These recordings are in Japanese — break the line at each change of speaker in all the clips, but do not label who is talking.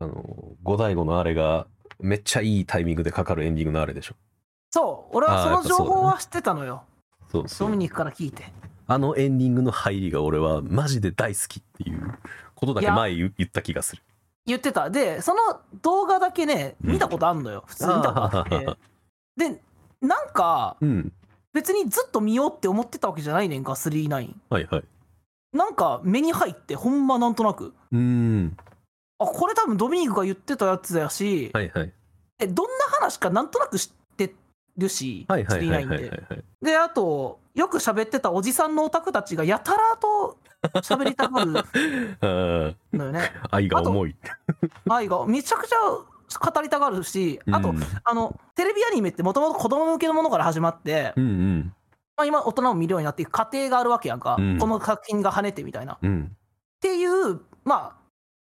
あの、五大悟のあれが、めっちゃいいタイミングでかかるエンディングのあれでしょ。
そう、俺は
あー
その
やっぱ
情
そうだね
報は知ってたのよ。
そう
ド
そ
ミ
う。
ニクから聞いて。
あのエンディングの入りが俺はマジで大好きっていうことだけ前言言った気がする。
言ってた。で、その動画だけね、見たことあんのよ。普通に見たことあって
あ。
で、なんか、
うん。
別にずっと見ようって思ってたわけじゃないねんか、39。
はいはい。
なんか、目に入って、ほんまなんとなく。
うーん。
あ、これ多分ドミニクが言ってたやつだし、
はいはい。
えどんな話かなんとなく知ってるし、
はいはいはい
39
は
っ
い、は
て。
い。
で、あと、よく喋ってたおじさんのオタクたちがやたらと喋りたがる
あ
のよね。
ー愛が重い。
愛がめちゃくちゃ語りたがるし、あと、
うん、
あのテレビアニメってもともと子供向けのものから始まって、
うんうん
まあ、今大人も見るようになっていく過程があるわけやんか、
うん
この作品が跳ねてみたいな。っ
うん。
ていうまあ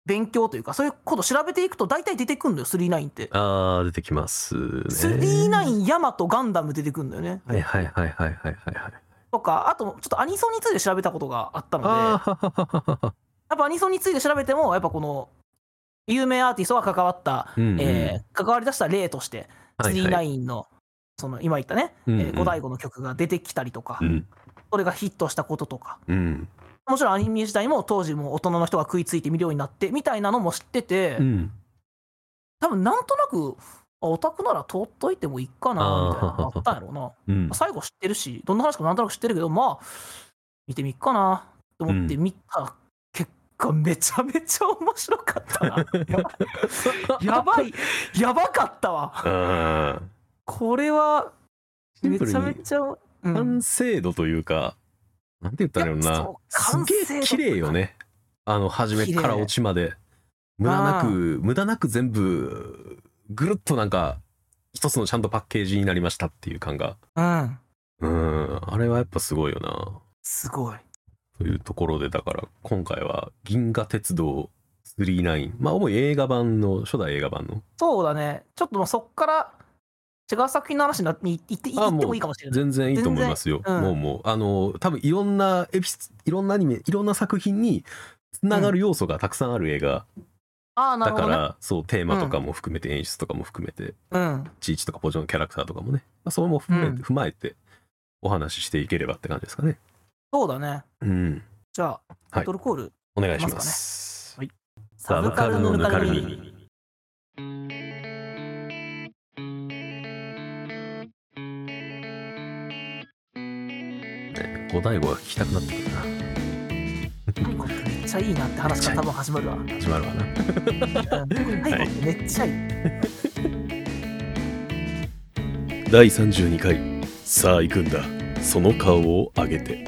勉強というかそういうこと調べていくと大体出てくるんだよ39って。
ああ、出てきますね。
39ヤマトガンダム出てくるんだよね。
はいはいはいはいはいはいはい。
とかあとちょっとアニソンについて調べたことがあったのでやっ
ああ、ははははは。
ぱアニソンについて調べてもやっぱこの有名アーティストが関わった、
うんうん
えー関わりだした例として
はいはい
39のその今言ったね、
うん
えー五大悟の曲が出てきたりとか。
うん
それがヒットしたこととか、
うん
もちろんアニメ自体も当時もう大人の人が食いついて見るようになってみたいなのも知ってて、
うん。
多分なんとなく、あオタクなら通っといてもいいかなみたいなのがあったんやろうな。
うん
最後知ってるし、どんな話かなんとなく知ってるけど、まあ、見てみっかなと思って見た結果、めちゃめちゃ面白かったな。やばい、やばかったわ。
あー
これは、
シン
め
プルに
ちゃめちゃ、うん
完成度というか、なんて言ったらいいの
いや
か
そう
な。
完
す
成度
げえ綺麗よね。あの、初めから落ちまで。
麗
無駄なく、無駄なく全部、ぐるっとなんか、一つのちゃんとパッケージになりましたっていう感が。
うん、
うん、あれはやっぱすごいよな。
すごい。
というところで、だから今回は銀河鉄道39。まあ、主に映画版の、初代映画版の。
そうだね。ちょっともうそっから違う作品の話になに行って行
あ
っ
もう
てもいいかもしれない。
全然いいと思いますよ。
全然うん
もうもう、あの、多分いろんなエピス、いろんなアニメ、いろんな作品につながる要素がたくさんある映画、
ああ、な
だ
るほ
か
どね。
ら、そう、テーマとかも含めて、演出とかも含めて、
うん。
ちいちとかポジョンのキャラクターとかもね、まあ、それも含めて、
うん
踏まえてお話ししていければって感じですかね。
そうだね。
うん。
じゃあ、タイトルコール、
お願いし
いき
ま。
ますはい
サブカルのぬかるみ。五大悟が聞きたくなってくるな。
タイゴってめっちゃいいなって話から多分始まるわ。うん
始まるわな。
タイゴってめっちゃいい。
第32回さあ行くんだその顔を上げてという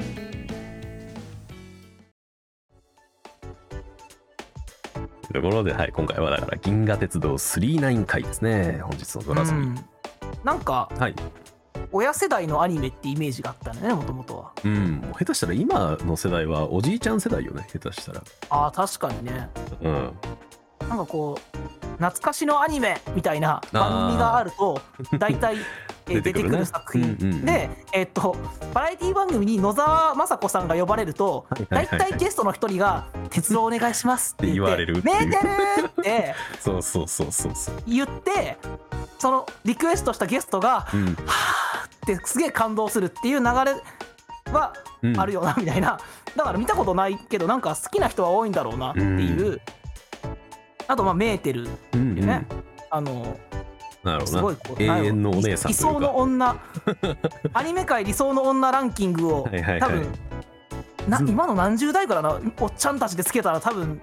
ところで、はい、今回はだから銀河鉄道39回ですね本日のド
う
ラ遊び、
ん、なんか、
はい
親世代のアニメってイメージがあったんだよね、もともとは。
うんもう下手したら今の世代はおじいちゃん世代よね下手したら
ああ、確かにね。
うん
なんかこう、懐かしのアニメみたいな番組があると、大 体、えー
出て
出
く
て
るね
くる作品。
うんうんうん
で、えーっと、バラエティ番組に野沢雅子さんが呼ばれると、
はいは
大
いはいはい
体ゲストの一人が「鉄道お願いします」って言って
って言われるって
メ
いう
ーテル!」って
そうそうそうそうそう
言ってそのリクエストしたゲストが
うん
「はあ」ってすげえ感動するっていう流れは
うん
あるよなみたいな、だから見たことないけどなんか好きな人は多いんだろうなっていう、あとまあメーテル
うんうん
ねあの
なるほ
すごい
ど
こう
な永遠のお姉さん
理
という
想の
か
女アニメ界理想の女ランキングを
はいはいはい
多分な今の何十代からなおっちゃんたちでつけたら多分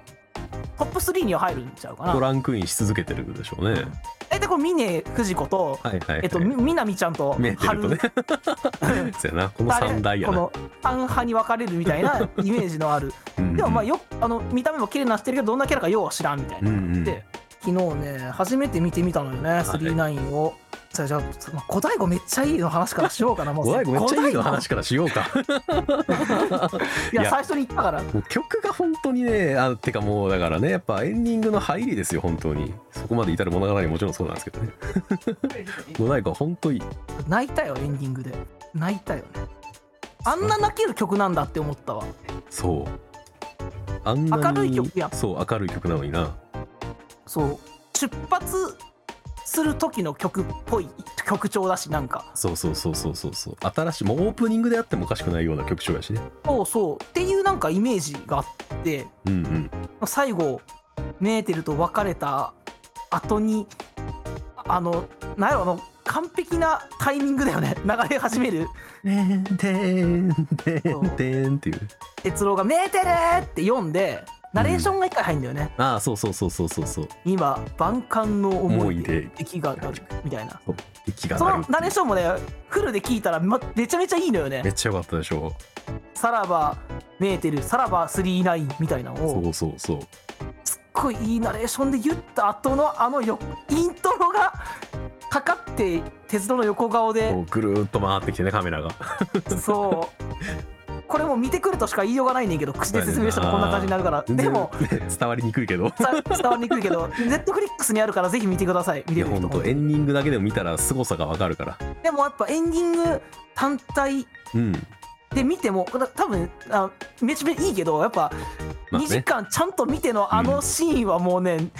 トップ3には入るんちゃうか
ト
な
ランクインし続けてるでしょうね
大体これ峰不二子と、
はいはい、はい、
えっと、みみなみちゃんと
見えてるとね。そうやな、この
あれ
三大や
こ
な。
の半派に分かれるみたいなイメージの あるでもまあ
あ、
よあの見た目も綺麗なしてるけどどんなキャラかようは知らんみたい
うん
な、
うん、
で昨日ね初めて見てみたのよね39をじゃあじゃあまあ小太鼓めっちゃいいの話からしようかなもう
おい、めっちゃいいの
小太
話からしよう か。
鼓い
いや
や最初に言ったから
もう曲が本当にね、あ、てかもうだからね、やっぱエンディングの入りですよ、本当に。そこまで至る物語もちろんそうなんですけどね。 五大悟は本当いい。
泣いたよエンディングで泣いたよねあんな泣ける曲なんだって思ったわ
そう。あんなに
明るい曲やん
そう、明るい曲なのにな。
そう出発する時の曲っぽい曲調だしなんか
そうそうそうそうそうそう新しいもうオープニングであってもおかしくないような曲調やしね
そうそうっていうなんかイメージがあって
うんうん
最後メーテルと別れた後にあのなんやろあの完璧なタイミングだよね 流れ始める
てんてんてんてんっていう
哲郎が「メーテル!」って読んでナレーションが一回入るんだよね、
ああそうそうそうそうそうそう
今万感の思い
思い
で
で
敵がなるみたいな
息が
そ
な
の
る
ナレーションもねフルで聞いたら、ま、めちゃめちゃいいのよね
めっちゃ良かったでしょ
さらばメーテルさらば39みたいなの
そ
を
うそうそう
すっごいいいナレーションで言った後のあのよイントロがかかって鉄道の横顔で
こうぐるーっと回ってきてねカメラが
そうこれもう見てくるとしか言いようがないねんけど口で説明してもこんな感じになるから
全然
でも
伝わりにくいけど
さ伝わりにくいけど Netflix にあるからぜひ見てください見
い
て
や
る
ほ
人
んとエンディングだけでも見たら凄さがわかるから
でもやっぱエンディング単体
うん
で見てもだ多分あめちゃめちゃいいけどやっぱ
まあ
2時
ね
間ちゃんと見てのあ
う
の
ん
シーンはもうね、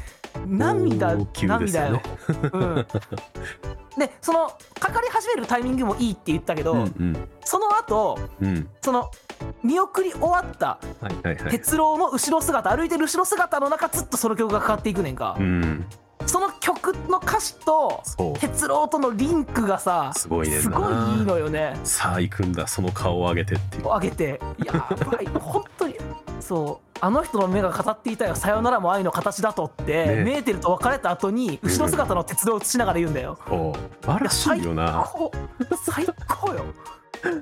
涙
号泣です
涙
よ
よ
ね、
うん、でそのかかり始めるタイミングもいいって言ったけど、
うん
その後
うんうん
その見送り終わった
はいはいはい
鉄郎の後ろ姿歩いてる後ろ姿の中ずっとその曲がかかっていくねんか
う、ん
その曲の歌詞と
そう
鉄郎とのリンクがさ
すごいねんな
すごいいいのよね
さあ行くんだその顔を上げてっていう
上げてやばい本当にそうあの人の目が語っていたよ「さよならも愛の形だと」って、
ね
メーテルと別れた後に後ろ姿の鉄道を映しながら言うんだよ、
お素晴らしいよな
こう最高よ
本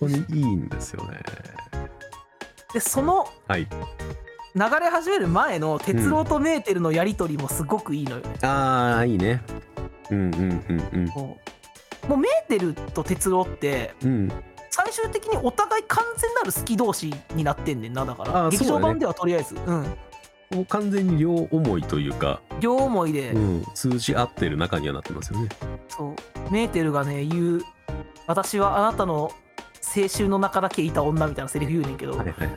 当にいいんですよね
でその
はい
流れ始める前の鉄郎とメーテルのやり取りもすごくいいのよね、
ああいいねうんうんうん
もうもうメーテルと鉄郎って
うんうん
最終的にお互い完全なる好き同士になってんねんなだから
あー
劇
そ
場
うだね
版ではとりあえずうん
もう完全に両思いというか、
両思いで、
うん、通じ合ってる中にはなってますよね
そうメーテルがね言う「私はあなたの青春の中だけいた女」みたいなセリフ言うねんけど、
はいはいはい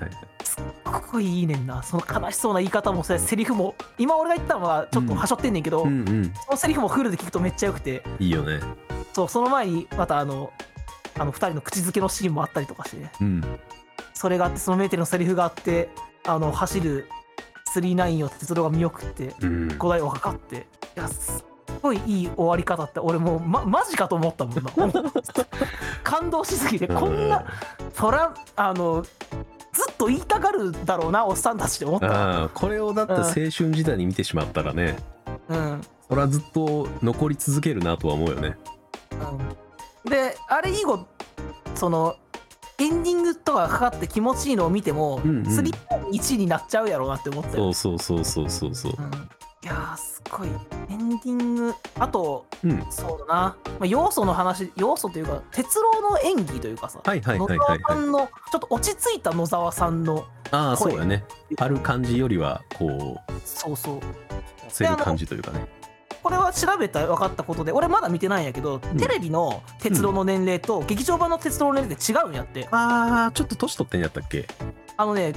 ここいいねんなその悲しそうな言い方もそれセリフも今俺が言ったのはちょっとはしょってんねんけど、
うんうん
そのセリフもフルで聞くとめっちゃよくて
いいよね
そうその前にまたあのあの2人の口づけのシーンもあったりとかしてね
うん
それがあってそのメーテルのセリフがあってあの走る39を鉄道が見送って
うん
五代をかかっていやすっごいいい終わり方って俺もう、ま、マジかと思ったもんな 感動しすぎてこんなそらあのずっと言いたがるだろうなおっさんたちって思っ
うん
た、
ああこれをだって青春時代に見てしまったらね
うんうん、
それはずっと残り続けるなとは思うよね
であれ以後そのエンディングとかかかって気持ちいいのを見ても、
うんうん
3対1になっちゃうやろうなって思った
そ
よ、
うそうそうそうそうそう
うん、いやーすごいエンディングあと
うん
そうだな、まあ、要素の話要素というか哲郎の演技というかさ、
はいはい
野
はい
沢
はい
さ
はい
んのちょっと落ち着いた野沢さんの
ああ
声
そうだねある感じよりはこう
そうそう
せる感じというかね
これは調べた分かったことで俺まだ見てないんやけど、
ん
テレビの鉄道の年齢と劇場版の鉄道の年齢って違うんやって、
ああちょっと年取ってんやったっけ
あのね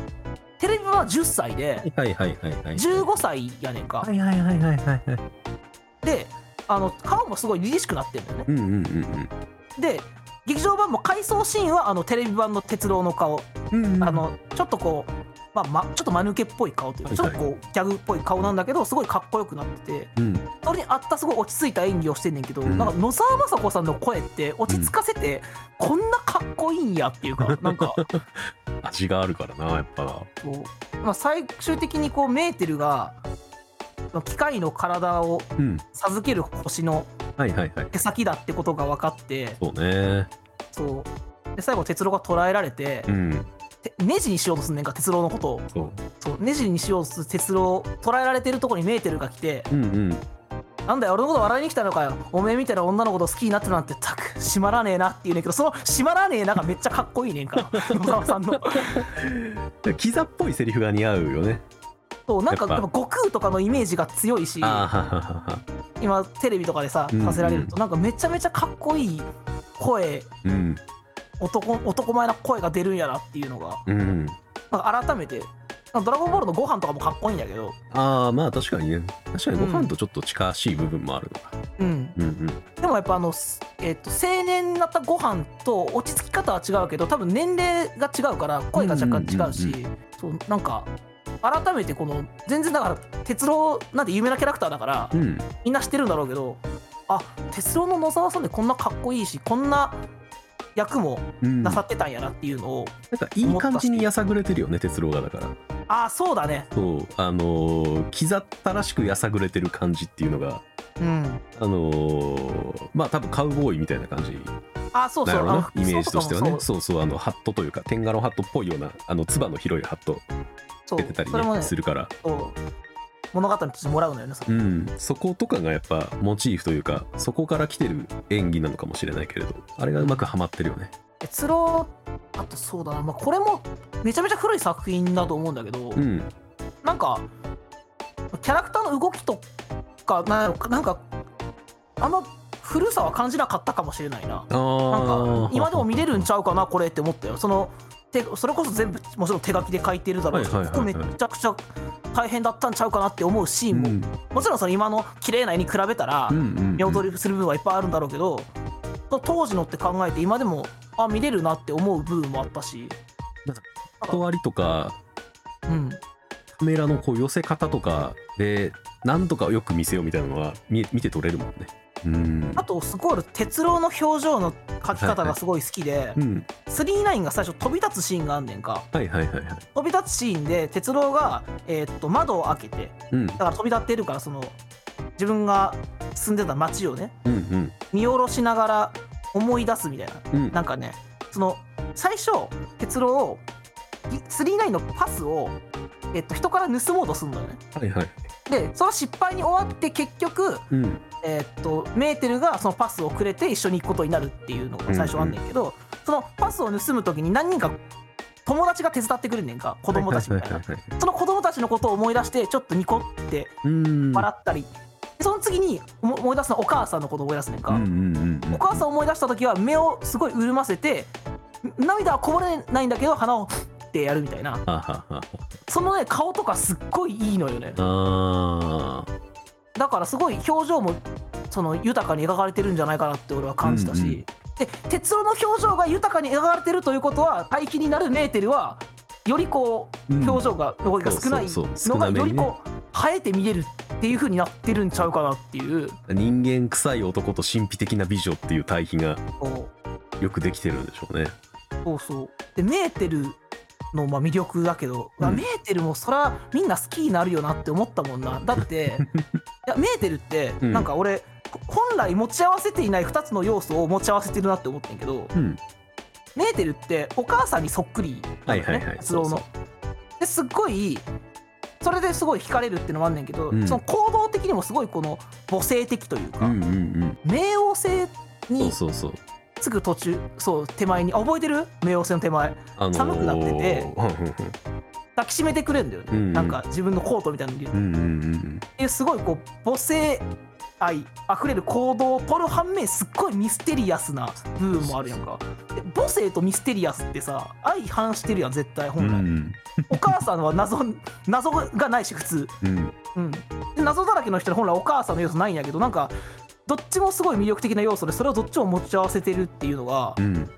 テレビは10歳
はい
で
はいはいはいはい
15歳やねんか、
いはいはいはいはいはい
であの顔もすごい凛々しくなってるんだよね
うんうんうん
で劇場版も回想シーンはあのテレビ版の鉄郎の顔、
うんうんうん
あのちょっとこう、まあま、ちょっと間抜けっぽい顔というか
はい
ちょ
は
っ
い
とこうギャグっぽい顔なんだけどすごいかっこよくなってて
うん
それに合ったすごい落ち着いた演技をしてんねんけど、
うん
なんか野沢雅子さんの声って落ち着かせて、こんなかっこいいんやっていうかなんか
味があるからなやっぱな
こう、まあ、最終的にこうメーテルが機械の体を
うん
授ける星の
はいはいはい
手先だってことが分かって
そうね
そうで最後哲郎が捕らえられて
う、ん
てネジにしようとすんねんか哲郎のことを
そう
そうネジにしようとする哲郎捕らえられてるとこにメーテルが来て
うんうん
なんだよ、俺のこと笑いに来たのかよ。おめえみたいな女のこと好きになってるなんて、たく、閉まらねえなって言うねんけど、その閉まらねえながめっちゃかっこいいねん か。野沢さんの。
キザっぽいセリフが似合うよね
そう、なん
や
か、
っぱ
やっぱ悟空とかのイメージが強いし、
ああはははは
今、テレビとかでさ
うんう、ん
させられると、なんかめちゃめちゃかっこいい声、
うん
男男前な声が出るんやなっていうのが、
うん
なんか改めて、なんドラゴンボールのご飯とかもかっこいいんだけど、
ああまあ確かにね確かにご飯とちょっと近しい部分もあるのか、
うん、
うん、うん
でもやっぱあの、すえっと青年になったご飯と落ち着き方は違うけど多分年齢が違うから声が若干違うし、
うんう
そうなんか改めてこの全然だから哲郎なんて有名なキャラクターだから
うんうん
みんな知ってるんだろうけどあ哲郎の野沢さんでこんなかっこいいしこんな役も
うん
なさってたんやなっていうのを、
なんかいい感じにやさぐれてるよね哲郎がだから
ああそうだね
そうあのー、刻ったらしくやさぐれてる感じっていうのが
うん
あのー、まあ多分カウボーイみたいな感じ
ああそう
だ
そう
ろう
あの
なイメージとしてはね
そう
そうそうあのハットというかテンガロンハットっぽいようなあのつばの広いハット
そう
出てたり
それも
ね
ね
するから
そう物語としてもらうのよねそれ
うんそことかがやっぱモチーフというかそこから来てる演技なのかもしれないけれどあれがうまくはまってるよね
哲郎あとそうだな、まあ、これもめちゃめちゃ古い作品だと思うんだけど、
うん
なんかキャラクターの動きとかなんかなんかあんま古さは感じなかったかもしれないな
あ
なん
あ
か今でも見れるんちゃうかなこれって思ったよそのてそれこそ全部もちろん手書きで書いてるだろうし、
はいはいはいはい
ここめちゃくちゃ大変だったんちゃうかなって思うシ
う
ーンも、
ん
もちろんその今の綺麗な絵に比べたら、
うんうんうん
見劣りする部分はいっぱいあるんだろうけど、当時のって考えて今でもあ見れるなって思う部分もあったし、
断りとか
うん、
カメラのこう寄せ方とかでなんとかよく見せようみたいなのは見見て取れるもんねうん
あとすごい俺哲郎の表情の描き方がすごい好きで、
うん
39が最初飛び立つシーンがあんねんか
はいはいはいはい
飛び立つシーンで哲郎が、えーっと窓を開けて
うん
だから飛び立ってるからその自分が住んでた町をね
うんうん
見下ろしながら思い出すみたいな
うん
なんかねその最初哲郎をい39のパスを、えっと、人から盗もうとするのよね
はいはい
でその失敗に終わって結局、
うん
えっとメーテルがそのパスをくれて一緒に行くことになるっていうのが最初あんねんけど、そのパスを盗む時に何人か友達が手伝ってくれんねんか子供たちみたいな、
はははは
その子供たちのことを思い出してちょっとニコって
うん
笑ったり、でその次に思思い出すのはお母さんのことを思い出すねんか、
うんうんうんうん
お母さんを思い出した時は目をすごい潤ませて涙はこぼれないんだけど鼻をってやるみたいな
ははは
そのね顔とかすっごいいいのよね
あー
だからすごい表情もその豊かに描かれてるんじゃないかなって俺は感じたし、
うんうん
で哲夫の表情が豊かに描かれてるということは大気になるメーテルはよりこう
うん
表情が動きが少ない
そうそうそう
のが
少なめ
よ
に
り
ね
こう映えて見れるっていう風になってるんちゃうかなっていう
人間臭い男と神秘的な美女っていう対比が
こう
よくできてるんでしょうね
そうそう。で、メーテルのまあ魅力だけど、まあ
うん
メーテルもそらみんな好きになるよなって思ったもんな。だ って、いやメーテルって、
うん
なんか俺、本来持ち合わせていない2つの要素を持ち合わせてるなって思ってんけど、
うん
メーテルってお母さんにそっくりなのね、
はいはいはい
哲郎
そう
の。ですっごい、それですごい惹かれるってのもあんねんけど、
うん
その行動的にもすごいこの母性的という
う
か、
んうん
冥王星
うんそう
に
そうそう
すぐ途中、そう、手前に、あ覚えてる冥王星の手前。
あのー
寒くなってて抱きしめてくれるんだよね、
うんうん
なんか自分のコートみたいなのに
う
入れ
ん
て
うんうんうん
っていうすごいこう母性愛あふれる行動を取る反面すっごいミステリアスな部分もあるやんかで母性とミステリアスってさ相反してるやん絶対
うん
本
う
来、
ん
お母さんは謎謎がないし普通、
うん
うん、で謎だらけの人は本来お母さんの要素ないんやけどなんかどっちもすごい魅力的な要素でそれをどっちも持ち合わせてるっていうのが
うん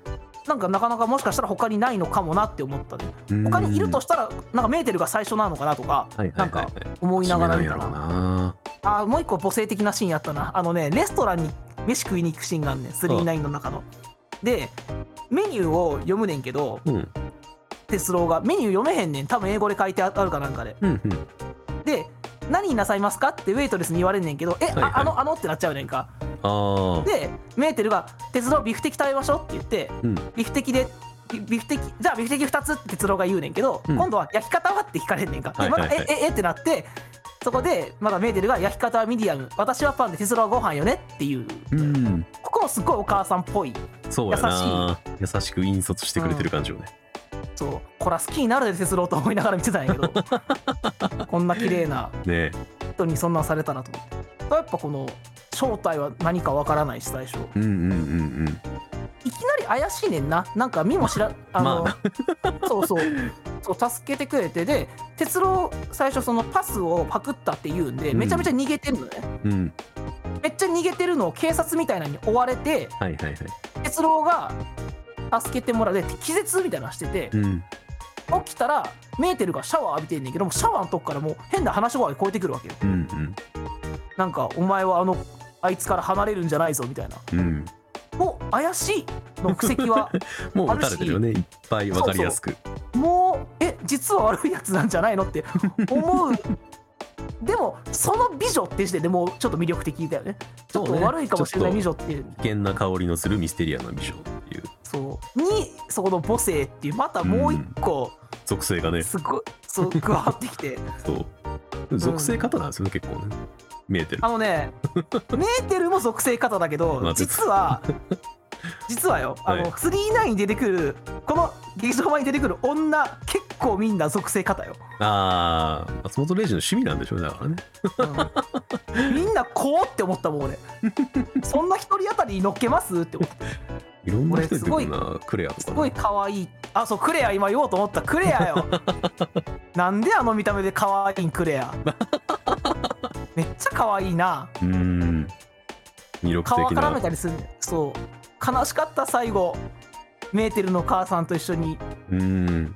なんかなかなかもしかしたら他にないのかもなって思ったね
うん
他にいるとしたらなんかメーテルが最初なのかなとか
はいは
な
は
いん
い
か
はい
思いながら
決
見
めな
た
んやろう
な
な
あーもう一個母性的なシーンやったなあのねレストランに飯食いに行くシーンがあんねん39の中のでメニューを読むねんけど
うんうん
哲郎がメニュー読めへんねん多分英語で書いてあるかなんかで
うん
で何になさいますかってウェイトレスに言われんねんけどえ、
はいはい
ああのあのってなっちゃうねんか
ああ
でメーテルが「哲郎ビフテキ食べましょう」って言って
うん
ビフテキでビビフテキじゃあビフテキ2つって哲郎が言うねんけど、
うん
今度は焼き方はって聞かれんねんか、で
はいはいはい
まだえええってなってそこでまだメーテルが焼き方はミディアム私はパンで哲郎はご飯よねっていう、
うん
ここもすごいお母さんっぽい
そうやな優しく引率してくれてる感じよね
そうこら好きになるで哲郎と思いながら見てたんやけ どこんな綺麗な
ね
人にそんなんされたなと思ってやっぱこの正体は何かわからないし最初
うんうんうんうん
いきなり怪 しいねんななんか見も知らあの、
ま
そうそうそう助けてくれてで哲郎最初そのパスをパクったって言うんでめちゃめちゃ逃げてるのね、
うん
めっちゃ逃げてるのを警察みたいなのに追われて
はいはいはい
哲郎が助けてもらって気絶みたいなのしてて
うん
起きたらメーテルがシャワー浴びてんねんけどもシャワーのとこからもう変な話し声が聞こえてくるわけよ
うん
なんかお前はあのあいつから離れるんじゃないぞみたいな
うんうん
もう怪しいの布石は
もう打たれてるよねいっぱい分かりやすく
もうえ実は悪いやつなんじゃないのって 思うでもその美女って時点でもうちょっと魅力的だよねちょっと
そうね
悪いかもしれない美
ち
女っていう
危険な香りのするミステリアな美女っていう
そうにそこの母性っていうまたもう一個
属性がね
すごい、そう加わってきて
そう属性方なんですよね、結構ね見えてる
あ のねメーテルも属性方だけ
ま
ど
あ
実は実はよあの、
はい
39に出てくるこの劇場版に出てくる女結構みんな属性方よ、
ああ松本零士の趣味なんでしょうねだからね
うんみんなこうって思ったもん俺そんな一人当たり乗っけますって思った
いろんな人出てくる
こ
なクレアと
す
か
ご
ね
い可愛いあそうクレア今言おうと思ったクレアよなんであの見た目で可愛いんクレアめっちゃ可愛いな
うーん魅力
顔
的
絡め
な
たりするねそう悲しかった最後メーテルの母さんと一緒に
うーん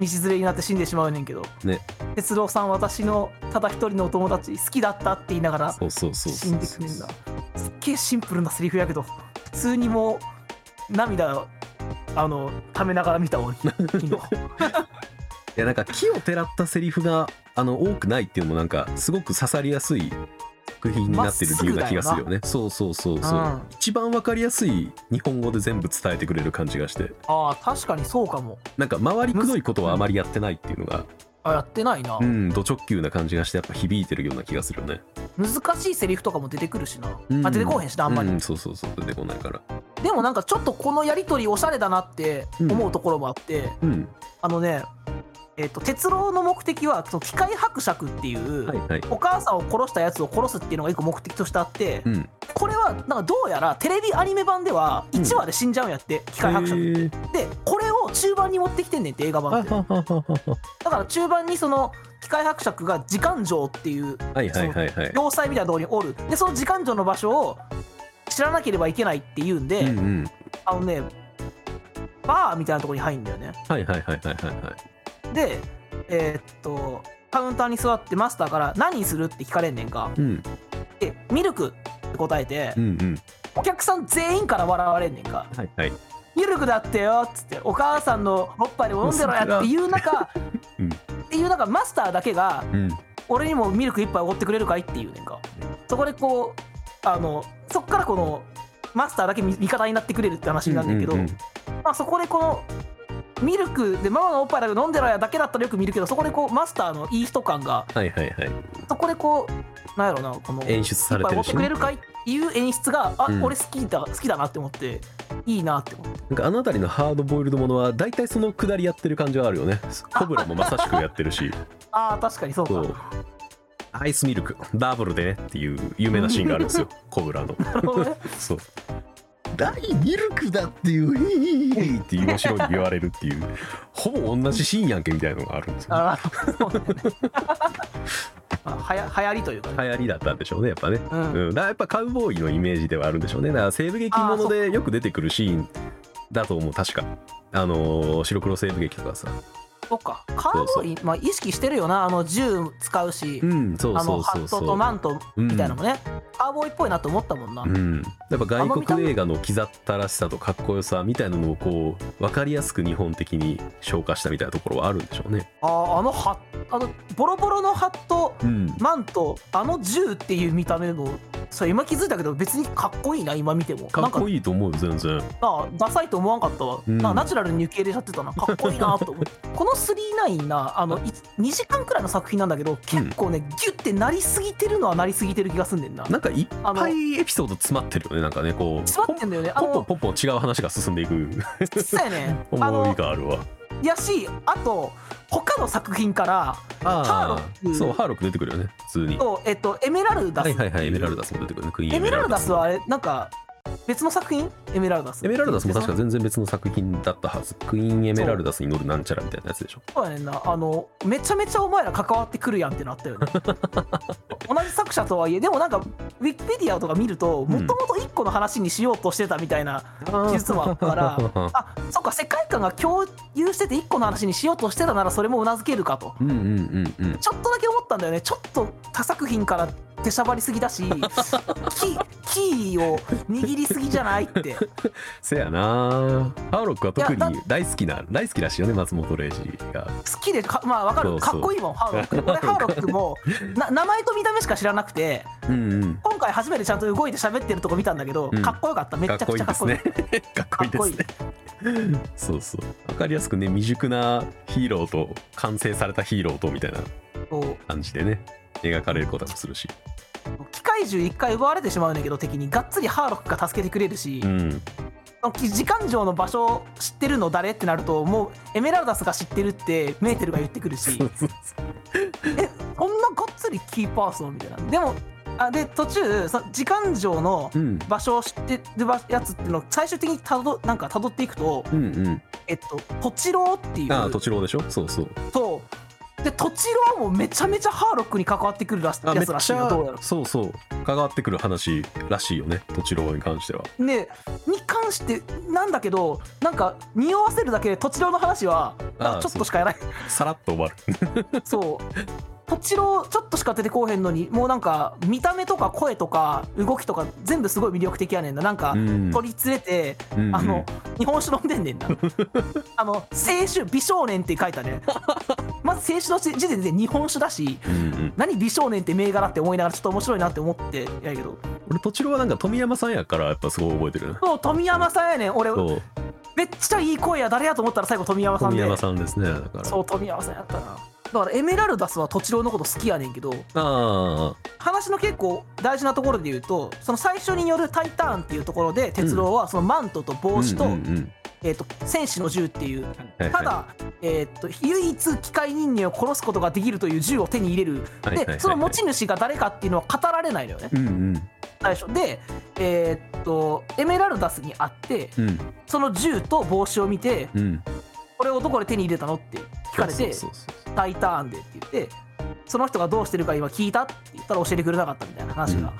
道連れになって死んでしまうねんけど
ね
哲郎さん私のただ一人のお友達好きだったって言いながら
そうそうそう
死
そ
ん
う
でくねんだすっげえシンプルなセリフやけど普通にもう涙あのためながら見た俺 昨日
いやなんか木をてらったセリフがあの多くないっていうのもなんかすごく刺さりやすい作品になってる理由な気がするよねそうそうそうそう、
うん
一番わかりやすい日本語で全部伝えてくれる感じがして
ああ確かにそうかも
なんか周りくどいことはあまりやってないっていうのが
あやってないな、
うんド直球な感じがしてやっぱ響いてるような気がするよね
難しいセリフとかも出てくるしな、
うん
あ出てこうへんしなあんまり、
うん、そうそうそう出てこないから
でもなんかちょっとこのやり取りおしゃれだなって思うところもあって、
うん
あのねえっと哲郎の目的はその機械伯爵っていう、
はいはい
お母さんを殺したやつを殺すっていうのが一個目的としてあって、
うん
これはなんかどうやらテレビアニメ版では
うん
1話で死んじゃうんやって、機械伯爵
へー
でこれを中盤に持ってきてんねんって映画
あ
版
は
ってだ
はははは
から中盤にその機械伯爵が時間城っていう
はいはいはいはい
要塞みたいなところにおるでその時間城の場所を知らなければいけないっていうんで、
うんうん
あのねバーみたいなところに入るんだよね
はいはいはいはいはいはい
でえーっとカウンターに座ってマスターから「何する?」って聞かれんねんか
うん
で「ミルク」って答えて、
うんうん
お客さん全員から笑われんねんか
はいはい
「ミルクだってよ」っつって「お母さんのおっぱいでも飲んでろや」っていう中、
うん
っていう中マスターだけが
うん
俺にもミルク一杯おごってくれるかいっていうねんかそこでこうあのそっからこのマスターだけ味味方になってくれるって話になるんだけど、
うんうんうん
まあ、そこでこのミルクでママのおっぱいだけ飲んでろやだけだったらよく見るけどそこでこうマスターのいい人感が
はいはいはい
そこでこうなんやろなこの
演出さ
いっ
れ
ぱ
て
い持
る
って
し、
くれ
ね、
るかいっていう演出があ、
うん
俺好きだ好きだなって思っていいなって思って
なんかあの辺りのハードボイルドものは大体そのくだりやってる感じはあるよねコブラもまさしくやってるし
ああ確かにそうか
そうアイスミルクダブルでねっていう有名なシーンがあるん ですよコブラの
なるほど ね
そう大ミルクだっていうヒーヒーっていう後ろに言われるっていうほぼ同じシーンやんけみたいなのがあるんですよ
あーそうだよね まあはや流行りというかね
流行りだったんでしょうねやっぱね
うん
うん、だからやっぱカウボーイのイメージではあるんでしょうねだから西部劇ものでよく出てくるシーンだと思う確かあのー白黒西部劇とかさ
そっかカーボーイまあ、意識してるよなあの銃使うし、
うんそう
あ
そ
の
う
ハ
そう
ット
そう
とマントみたいなのもね、カーボーイっぽいなと思ったもんな、
うん、やっぱ外国映画の刻ったらしさとかっこよさみたいなのをこう分かりやすく日本的に消化したみたいなところはあるんでしょうね。
あーあのハッあのボロボロのハット
うん、
マントあの銃っていう見た目もそれ今気づいたけど別にかっこいいな今見ても
かっこいいと思うよ全然。
なんかなあダサいと思わんかったわ、
うん
なんかナチュラルに受け入れちゃってたなかっこいいなと 思ってこの39なあの2時間くらいの作品なんだけど結構ね、ギュッてなりすぎてるのはなりすぎてる気がすんねんな
なんかいっ
あの
ぱいエピソード詰まってるよねなんかねこう
詰まってんだよねあ
ポンポン
の
ポンポン違う話が進んでいく
そうやね あ
思い
の
があるわ。
やしあと他の作品からハーロ
ああ
ック
そうハーロック出てくるよね普通に。は
と、えっと、エメラルダス
いはいはいエメラルダスも出てくるねクリーン
エメラルダス
も
はあれなんか別の作品エメラルダス
エメラルダスも確か全然別の作品だったはずクイーンエメラルダスに乗るなんちゃらみたいなやつでしょ
そうやねんなあのめちゃめちゃお前ら関わってくるやんってなったよね 同じ作者とはいえでもなんかウィキペディアとか見ると
ん
もともと1個の話にしようとしてたみたいな記述もあった から
ら
あそっか世界観が共有してて1個の話にしようとしてたならそれもうなずけるかと
うんうんうんうん
ちょっとだけ思ったんだよねちょっと他作品から出しゃばりすぎだ しキキーを握りすぎじゃないって
せやなハーロックは特
いや
に大好きな大好きらしいよね松本零士が
好きでかまあわかる
そうそう
かっこいいもんハーロック俺ハーロックもな名前と見た目しか知らなくて
うんうん
今回初めてちゃんと動いて喋ってるとこ見たんだけど、
うん
かっこよかっためっち
か
ゃ
っこ
く
い
ち
い
ゃか
で
っ
す
こいい
ね かっこいいですねそうそう分かりやすくね未熟なヒーローと完成されたヒーローとみたいな
そう
感じでね描かれることもするし、
機械獣一回奪われてしまうねんだけど敵にがっつりハーロックが助けてくれるし、
うん、
その時間上の場所を知ってるの誰ってなるともうエメラルダスが知ってるってメーテルが言ってくるし
そうそう
えこんながっつりキーパーソンみたいなでもあで途中その時間上の
そううん
場所を知ってるやつっていうのを最終的にたどなんか辿っていくと
うんうん
えっと土地郎っていう
ああ、とちろうでしょそうそう。
そうで土地郎もめちゃめちゃハーロックに関わってくるらし
あ
やつらしいよどうやら
そうそう。関わってくる話らしいよね、とちろうに関しては。
でに関してなんだけどなんか匂わせるだけで土地郎の話は
あ
あちょっとしかやらない
さらっと終わる。
そう。こっちのちょっとしか出てこうへんのにもうなんか見た目とか声とか動きとか全部すごい魅力的やねんななんか
うん
取り連れて、
うんうん
あの日本酒飲んでんね んなあの青春美少年って書いたねまず青春の時点で日本酒だし
うんうん、
何美少年って銘柄って思いながらちょっと面白いなって思ってやけど
俺、とちろうはなんか富山さんやから、やっぱすごい覚えてるね。
そう富山さんやねん俺
そう、
めっちゃいい声や誰やと思ったら最後富山さん
富
で
山さんですね、だから。
そう富山さんやったなだからエメラルダスは栃郎のこと好きやねんけど
あ
話の結構大事なところで言うとその最初による「タイターン」っていうところで鉄郎はそのマントと
あ、
帽子と,、
うんうんうん
えー、と戦士の銃っていう
はい
ただ、えー、と唯一機械人間を殺すことができるという銃を手に入れる
はいはいはいはい
でその持ち主が誰かっていうのは語られないのよね
うんうん
最初で、えー、とエメラルダスに会って
うん
その銃と帽子を見て
うん。
「これをどこで手に入れたの?」って聞かれて
そうそうそうそう
「タイターンで」って言ってその人がどうしてるか今聞いたって言ったら教えてくれなかったみたいな話が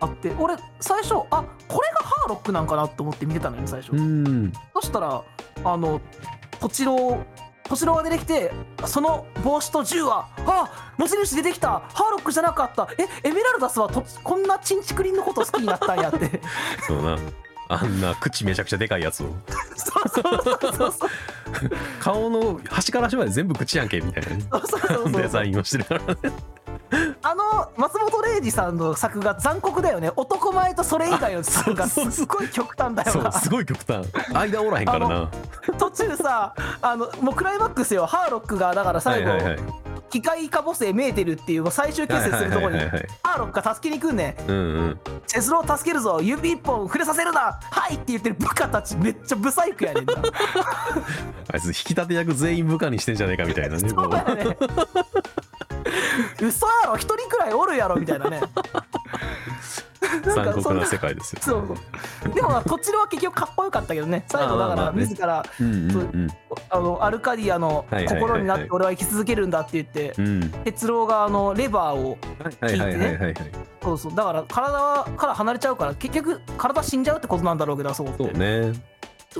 あって、俺最初あこれがハーロックなんかなと思って見てたのよ最初、
うん。
そしたらあの土地郎土地郎が出てきてその帽子と銃はあ持ち主出てきたハーロックじゃなかったえエメラルダスはとこんなチンチクリンのこと好きになったんやって
そうな。あんな口めちゃくちゃでかいやつを。
そうそうそうそうそう
顔の端から端まで全部口やんけ、みたいなね、
そうそうそう
デザインをしてるから ね。
あの松本零士さんの作画残酷だよね男前とそれ以外の作画
あ
す
そうそうそう
っごい極端だ
そ
よ
う、
な
すごい極端。間おらへんからな。
途中さあのもうクライマックスよハーロックがだか
は
ら最
い
後、
はいはい。
機械化母性メーテルっていう最終決戦するところに
はいはいはいはい
ハーロックが助けに来んねん
うんうん。
チェスロー助けるぞ指一本触れさせるなはいって言ってる部下たちめっちゃブサイクやねんな
あいつ引き立て役全員部下にしてんじゃねえかみたいなね。
そ
も
う
う
やね嘘やろ一人くらいおるやろみたい なね
残酷
ん
な世界ですよ。
そうそうでもまあ土地のは結局かっこよかったけどね最後
まあ
だか
まあま
ら
あね
自ら
うんうん
あのアルカディアの
はいはいはいはい
心になって俺は生き続けるんだって言って
うん。うん。
哲郎があのレバーを
はいはいはいはいはい。
そうそうだから体から離れちゃうから結局体死んじゃうってことなんだろうけどあそこって
そうね。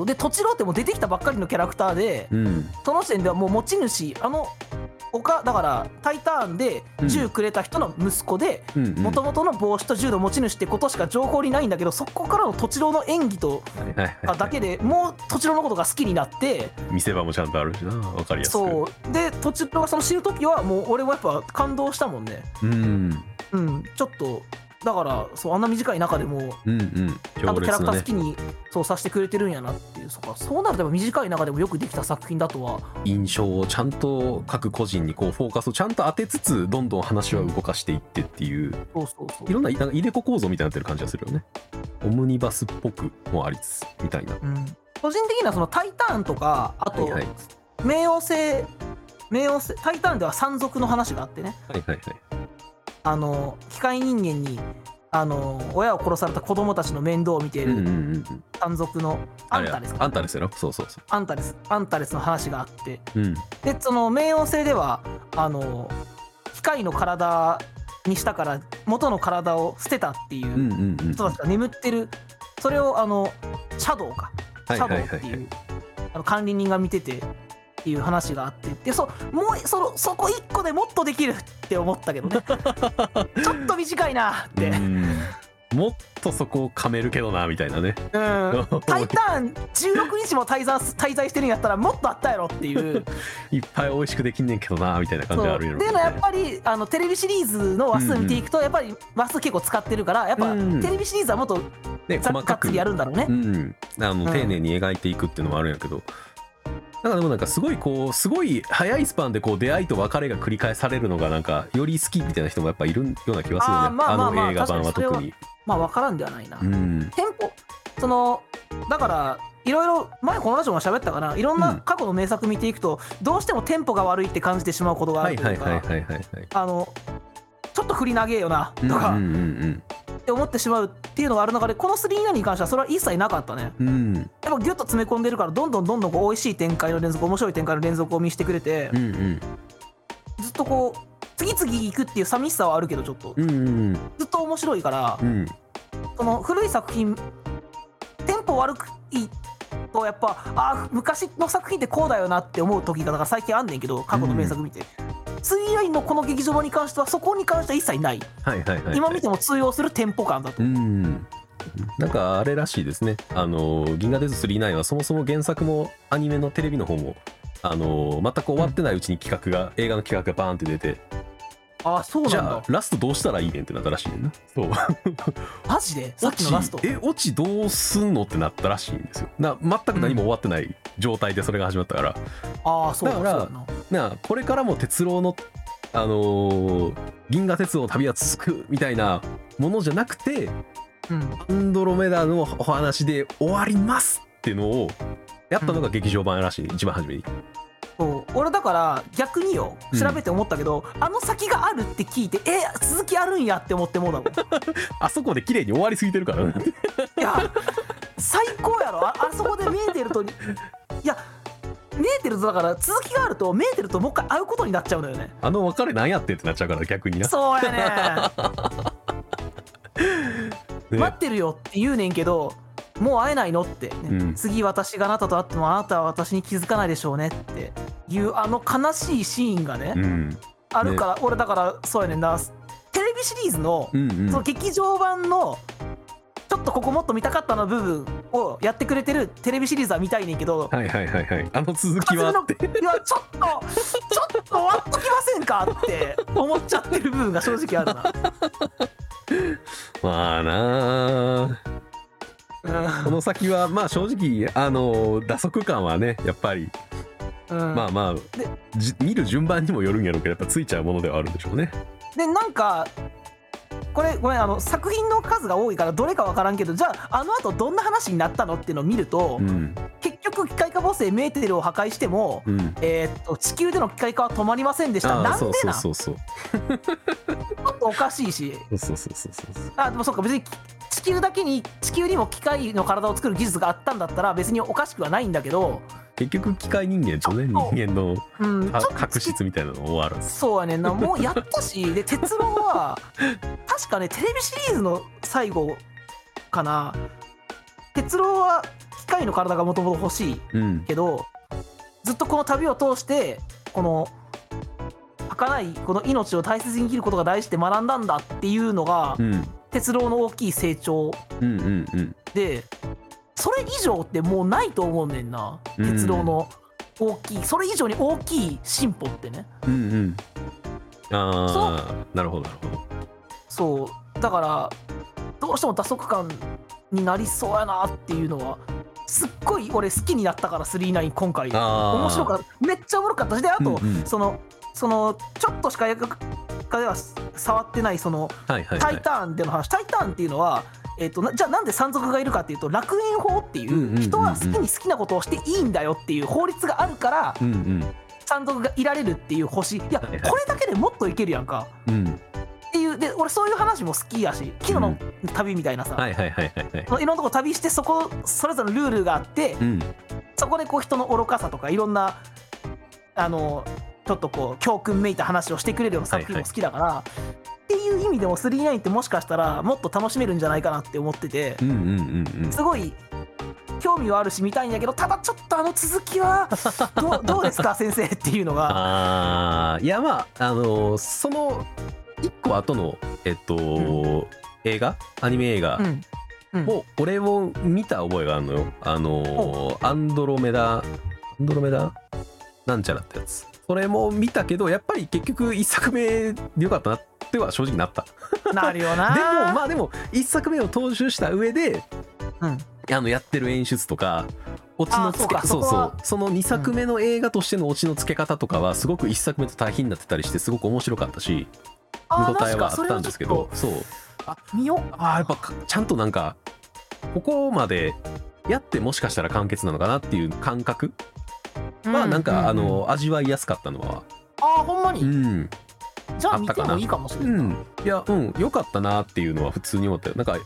でとちろってもう出てきたばっかりのキャラクターで
うん。
その時点ではもう持ち主あの他だからタイターンで
うん
銃くれた人の息子で
うんうん。
もともとの帽子と銃の持ち主ってことしか情報にないんだけどそこからのとちろの演技と
はいはい
かだけでもうとちろのことが好きになって
見せ場もちゃんとあるしな。わかりやすく。
そうでとちろがその知る時はもう俺もやっぱ感動したもんね
う。ん。
うんちょっとだからそうあんな短い中でも
うんうん。
ちゃ
強
んとキャラ
烈
クタ
な
ー
ね
好。きにそうさせてくれてるんやなっていうそっかそうなるとやっぱ短い中でもよくできた作品だとは
印象をちゃんと各個人にこうフォーカスをちゃんと当てつつ、どんどん話は動かしていってっていう、
そうそうそう
いろんな、なんか入れ子構造みたいになってる感じがするよね。オムニバスっぽくもありつつ、みたいな。
うん、個人的にはその「タイターン」とかあと
はいはい
「冥王星」冥王星タイターン」では山賊の話があってね
はいはいはい。
あの機械人間にあの親を殺された子供たちの面倒を見てい
うんうん
る
うんうん
単族のア
あ
ン
れや
タレス
あ
か
んたですよそうそうそ
アンタレスアンタレスの話があって
ううん
でその冥王星ではあの機械の体にしたから元の体を捨てたっていううん
うんうん
人たちが眠ってるそれをあのシャドウか
はい
シャ
は
ドウ
い
って、
はいいうはい
あの管理人が見ててっていう話があってでそもうそのそこ1個でもっとできるって思った けどねちょっと短いなって、うん
うんもっとそこを噛めるけどなみたいなね
タイターン16日も滞在滞在してるんやったらもっとあったやろっていう
いっぱい美味しくできんねんけどなみたいな感じ
そう
はあ
って
る
い
や
う
ろ
のはやっぱりあのテレビシリーズの話数見ていくと、やっぱり話数結構使ってるからやっぱ、
うん
テレビシリーズはもっと
ね
ざ
細
っ
か
か
く
つやるんだろうね
う。ん、あ
う
の
ん
丁寧に描いていくっていうのもあるんやけど、なんかでもなんかすごいこうすごい早いスパンでこう出会いと別れが繰り返されるのがなんかより好きみたいな人もやっぱいるような気がするよね
あーまあまあまあ
の映画版は
確
特
か
に
にまあ分からんではないな。
うん
テンポそのだからいろいろ前このラジオも喋ったかないろん
う
なん過去の名作見ていくと、どうしてもテンポが悪いって感じてしまうことがあ
は
る
い
と
はいいう
か、
はいはいはいはい
あのちょっと振り長えよなとか、
うんうん
って思ってしまうっていうのがある中でこの3に関してはそれは一切なかったね
うんうん
やっぱギュッと詰め込んでるからどんどんどんどんこう美味しい展開の連続面白い展開の連続を見せてくれて
う、んうん
ずっとこう次々行くっていう寂しさはあるけどちょっと、
うんうん
ずっと面白いから、
うん
その古い作品テンポ悪くいとやっぱあー昔の作品ってこうだよなって思う時がだから最近あんねんけど過去の名作見て、ツイラインのこの劇場版に関してはそこに関しては一切ない、
はいはいはいはい
今見ても通用するテンポ感だと、
うんなんかあれらしいですね「あの銀河鉄道999」はそもそも原作もアニメのテレビの方もあの全く終わってないうちに企画が、映画の企画がバーンって出て
ああそうなん
じゃ
だ
あラストどうしたらいいねんってなったらしいねんな そう
マジでさっきのラスト
オチえオチどうすんのってなったらしいんですよな全く何も終わってない状態でそれが始まったから、
ああそうだ
だから
そうだな
なあこれからも鉄郎のあのー銀河鉄道の旅は続くみたいなものじゃなくて
うん
アンドロメダのお話で終わりますっていうのをやったのが劇場版らしい、一番初めに
そう俺だから逆によ
うん
調べて思ったけど、あの先があるって聞いてえー続きあるんやって思ってもうだもん
あそこで綺麗に終わりすぎてる からね
いや最高やろああそこでメーテルとにいやメーテルとだから続きがあるとメーテルともう一回会うことになっちゃうのよね
あの別れなんやってんってなっちゃうから逆にな、
そ うやね
ね
ん待ってるよって言うねんけどもう会えないのって、ね
うん
次私があなたと会ってもあなたは私に気づかないでしょうねっていうあの悲しいシーンがね、
うん、
あるから、俺だからそうやねんなテレビシリーズの、
うんうん
その劇場版のちょっとここもっと見たかったな部分をやってくれてるテレビシリーズは見たいねんけど、
はいはいはいはいあの続き
初め
は
のいやちょっとちょっと終わっときませんかって思っちゃってる部分が正直ある
まあなあ
な
この先はまあ正直あの打足感はねやっぱり
うん、うん
まあま
で
あじ見る順番にもよるんやろうけどやっぱついちゃうものではあるんでしょうね
でなんかこれごめんあの作品の数が多いからどれか分からんけどじゃああのあとどんな話になったのっていうのを見ると、
うん
結局機械化母星メーテルを破壊しても、
うん
えーっと地球での機械化は止まりませんでした
ああ
なんで
そうそう
なん
そうそう
ちょっとおかしいし
そうそうそうそうそう
あでもそうか別に地球だけに地球にも機械の体を作る技術があったんだったら別におかしくはないんだけど、
結局機械人間とね人間の
うん、
か
ちょっと
確執みたいなの終わるんです
そうやね んなもうやったしで鉄郎は確かねテレビシリーズの最後かな鉄郎は機械の体がもともと欲しい
うん
けどずっとこの旅を通してこの儚いこの命を大切に生きることが大事って学んだんだっていうのが
うん
鉄郎の大きい成長
うんうんうん
でそれ以上ってもうないと思うねんな
うん
鉄郎の大きいそれ以上に大きい進歩ってね。
うんうんああなるほどなるほど
そうだからどうしても打足感になりそうやなっていうのはすっごい俺好きになったから39今回
あー
面白かっためっちゃおもろかったしであと、
うんうん
そのそのちょっとしか映画化では触ってないその
はいはいは
タイ
い
ターンでの話、タイターンっていうのは、えっとなじゃあなんで山賊がいるかっていうと楽園法ってい
うんうんうんう
うん人は好きに好きなことをしていいんだよっていう法律があるから
うんうん
山賊がいられるっていう星いやこ
はいはい
れだけでもっといけるやんか。
うん
っていうで俺そういう話も好きやし昨日の旅みたいなさ、
はいはいはいはいはい
そのいろんなとこ旅してそこそれぞれのルールがあって、
うん
そこでこう人の愚かさとかいろんなあのちょっとこう教訓めいた話をしてくれるような作品も好きだから、っていう意味でも39ってもしかしたらもっと楽しめるんじゃないかなって思ってて
う、んうんうんうん
すごい興味はあるし見たいんだけどただちょっとあの続きは どうどうですか先生っていうのが。
あーいやまああのーその一個後のえっと、映画アニメ映画
うんうん
を俺を見た覚えがあるのよあのーアンドロメダアンドロメダなんちゃらってやつそれも見たけどやっぱり結局一作目でよかったなっては正直なった
なるよ
で
な。
もまあでも一作目を踏襲した上で
うん
あのやってる演出とかオチのつけ
あー
そ
そうう
そ
か
う
そ
そ
こは
の2作目の映画としてのオチのつけ方とかはすごく1作目と対比になってたりしてすごく面白かったし見
あー
応えはあ
確かそ
っ
れ
た
は
ん
ち
で
ょ
すけ
っと
どそう
あ見よう
あーやっぱかちゃんとなんかここまでやってもしかしたら完結なのかなっていう感覚はなんか、
うう
あの味わいやすかったのは
あーほんまに、
うん
じゃ
あ
あ
っ
見
た
て
かな
もいいかもし
う
れない、
んいやうん良かったなっていうのは普通に思ったよなんか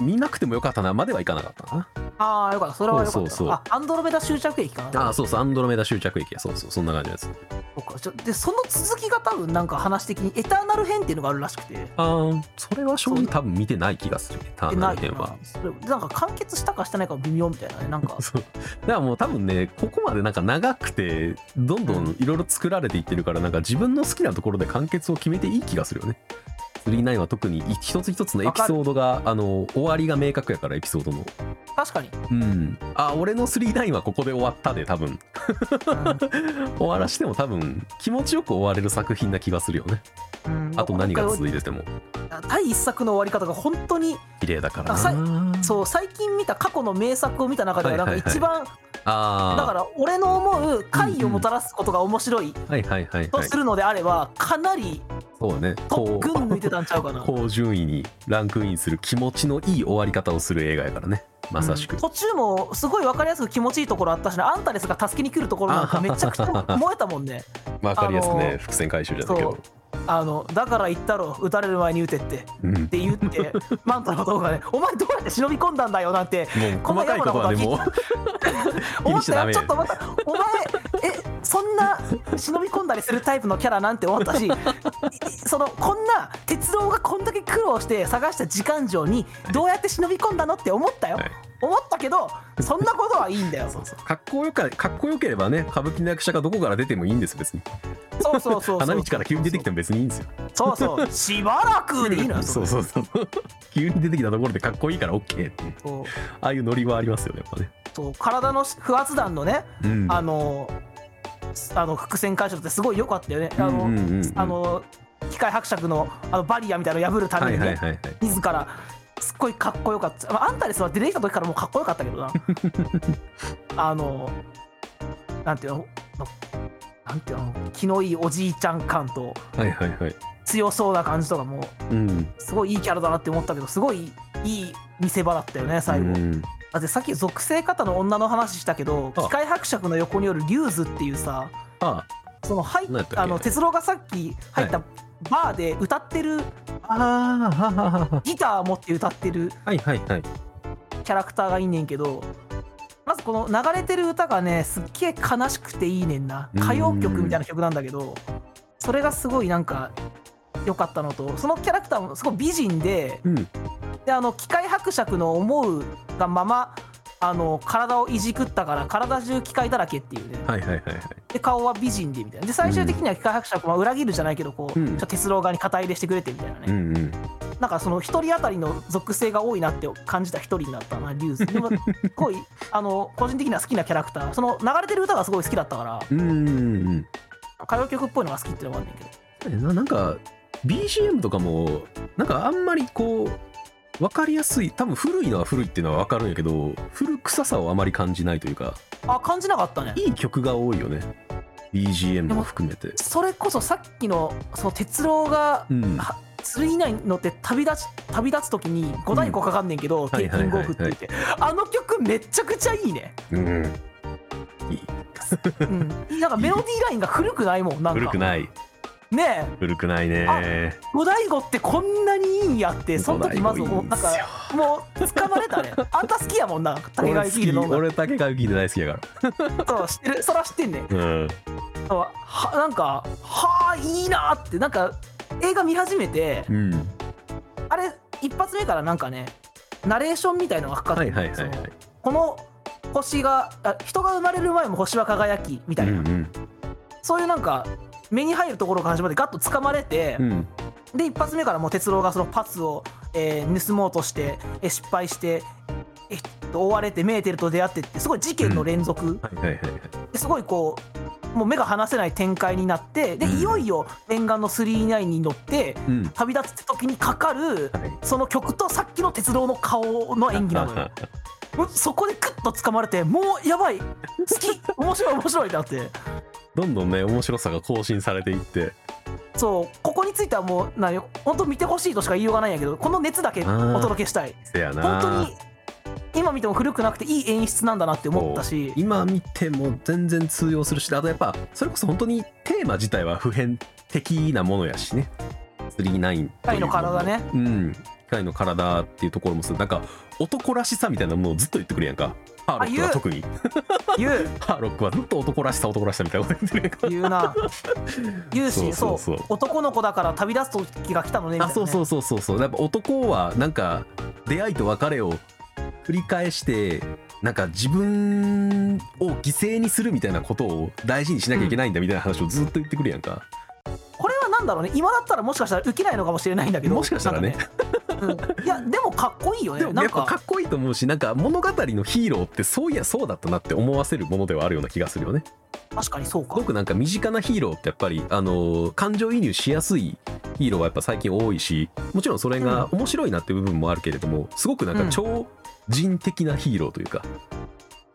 見なくてもよかったなまではいかなかったな
ああよかったそれはよかった
そうそうそう
あアンドロメダ終着駅かな
あーそうそうアンドロメダ終着駅やそうそうそんな感じのやつ
そっかちょでその続きが多分なんか話的にエターナル編っていうのがあるらしくて
あーそれは正直多分見てない気がするねターナル編は
な。それなんか完結したかしてないかも微妙みたいなねな んか
そうだからもう多分ねここまでなんか長くてどんどんいろいろ作られていってるからなんか自分の好きなところで完結を決めていい気がするよね。39は特に一つ一つのエピソードがあの終わりが明確やからエピソードの。
確かに、
うん。あ俺の39はここで終わったで多分終わらしても多分気持ちよく終われる作品な気がするよね。
うんうん
あと何が
今
続いてても
回第一作の終わり方が本当に
綺麗だから
あさい
な。う
そう最近見た過去の名作を見た中ではなんか一番、
ああ。
だから俺の思う解をもたらすことが面白い
はいはいはい
と
はい
す。るのであればかなり
そうね。
と
こう
群抜いてたんちゃうかな
高順位にランクインする気持ちのいい終わり方をする映画やからねまさしく、
うん途中もすごい分かりやすく気持ちいいところあったしなアンタレスが助けに来るところなんかめちゃくちゃ燃えたもんね
分かりやすくね、
あのー
伏線回収じゃないけ
そ
ど
うあのだから言ったろ撃たれる前に撃てってって
うん
言って マンタの動画で「お前どうやって忍び込んだんだよ」なんて
もう
こんな
細かいことはね
や
も
ば
う気
思
に
っ
しちゃ
た
ダ
よ
メ
ちょっと待ったお前えそんな忍び込んだりするタイプのキャラなんて思ったし いそのこんな鉄道がこんだけ苦労して探した時間上にどうやって忍び込んだのって思ったよ、
はい
思ったけどそんなことはいいんだよそうそう
かっこよかかっこよければね歌舞伎の役者がどこから出てもいいんです別に
そうそうそう
花道から急に出てきても別にいいんですよ
そ うそう、しばらくでいいのよ。
そう
そ
そうそう急に出てきたところでかっこいいから OK っていう
そう
ああいうノリはありますよねやっぱね
そう体の不発弾のね、
うん
あの、あの伏線回収ってすごい良かったよね。あ
うんうん
の、
うんうん
あの機械伯爵のあのバリアみたいなのを破るた
は
め
い
に
はい
ね、
はいはい
自ら。すっごいかっこよかった。まあ、アンタレスは出てきた時からもうかっこよかった けどな。あの、なんていうの、なんていうの、気のいいおじいちゃん感と
はいはいはい
強そうな感じとかも、
うん
すごいいいキャラだなって思ったけど、すごいいい見せ場だったよね、最後。
うん
だってさっき属性方の女の話したけど
あ
機械伯爵の横によるリューズっていうさ
あ
その入っ
何やったっけ
あの哲郎がさっき入ったバーで歌ってる、
ああーはははは
ギター持って歌ってる
はいはいはい
キャラクターがいいねんけどまずこの流れてる歌がねすっげえ悲しくていいねんな
うん
歌謡曲みたいな曲なんだけどそれがすごいなんか良かったのとそのキャラクターもすごい美人で
うん
であの機械伯爵の思うがままあの体をいじくったから体中機械だらけっていうね
はいはいはいはい
で顔は美人でみたいなで最終的には機械伯爵は裏切るじゃないけどこう、
うん
ちょっと鉄郎側に肩入れしてくれてみたいなね、
うんうん
なんかその一人当たりの属性が多いなって感じた一人になったなリュウズ でもすごいあの個人的には好きなキャラクターその流れてる歌がすごい好きだったから
うんうんうん
歌謡曲っぽいのが好きっていうのもあるんだけど
ななんか BGM とかもなんかあんまりこう分かりやすい多分古いのは古いっていうのは分かるんやけど古臭さをあまり感じないというか
あ感じなかったね
いい曲が多いよね BGM も含めて
それこそさっきのその鉄郎が
うん
は釣り以内のって旅立ち旅立つ時に五太鼓かかんねんけど「
はい
テイ
はいは
キ
い
ング
は
オ
い
フ」って言ってあの曲めちゃくちゃいいね
うんいい
うん、なんかメロディーラインが古くないもんなんか
古くない
ねえ
古くないね
五大悟ってこんなにいいんやってその時まず
五大
もう
悟いいん
なん
すよ
かもう掴まれたねあんた好きやもんな竹
俺
川
好
幸秀
き
の音楽
俺竹川幸秀大好きやか
そう知ってるそら知ってんねん
らうん
そうはなんかはあいいなってなんか映画見始めて
うん
あれ一発目からなんかねナレーションみたいのがかかっ
は
て
い
る
はいはいはい
この星があ人が生まれる前も星は輝きみたいな、
うん
そういうなんか目に入るところから始まってガッと掴まれて、
うんうん
で一発目からもう哲郎がそのパスを、えー盗もうとして、えー失敗して、えーっと追われてメーテルと出会ってってすごい事件の連続、
はいはいはいはい
ですごいこうもう目が離せない展開になってで
うん
いよいよ念願の39に乗って
うん
旅立つって時にかかる
はい
その曲とさっきの鉄道の顔の演技なの よもうそこでクッと掴まれてもうやばい好き面白い面白いってなって
どんどんね面白さが更新されていって
そうここについてはもう何本当見てほしいとしか言いようがないんやけどこの熱だけお届けしたい
せやな
本当に今見ても古くなくていい演出なんだなって思ったし
今見ても全然通用するしあとやっぱそれこそ本当にテーマ自体は普遍的なものやしね39
機械の体ね
うん機械の体っていうところもするなんか男らしさみたいなものをずっと言ってくるやんかハーロックは
言う
特に
言う
ハーロックはずっと男らしさ男らしさみたいなこと言ってるやんか
言うな言う
そう
し
そ
そうう
そう
男の子だから旅立つ時が来たのねみたい
あ
な
そうそううそうそうそうやっぱ男はなんか出会いと別れを繰り返してなんか自分を犠牲にするみたいなことを大事にしなきゃいけないんだみたいな話をずっと言ってくるやんか、
これはなんだろうね今だったらもしかしたらウケないのかもしれないんだけど
もしかしたらね
なんかねうんいやでもかっこいいよ
で
ね
も
な
や
ん
っぱか
か
っこいいと思うしなんか物語のヒーローってそういやそうだったなって思わせるものではあるような気がするよね
確かにそう
す
か
ごくなんか身近なヒーローってやっぱりあのー感情移入しやすいヒーローはやっぱ最近多いしもちろんそれが面白いなって部分もあるけれどもすごくなんか超人的なヒーローというか、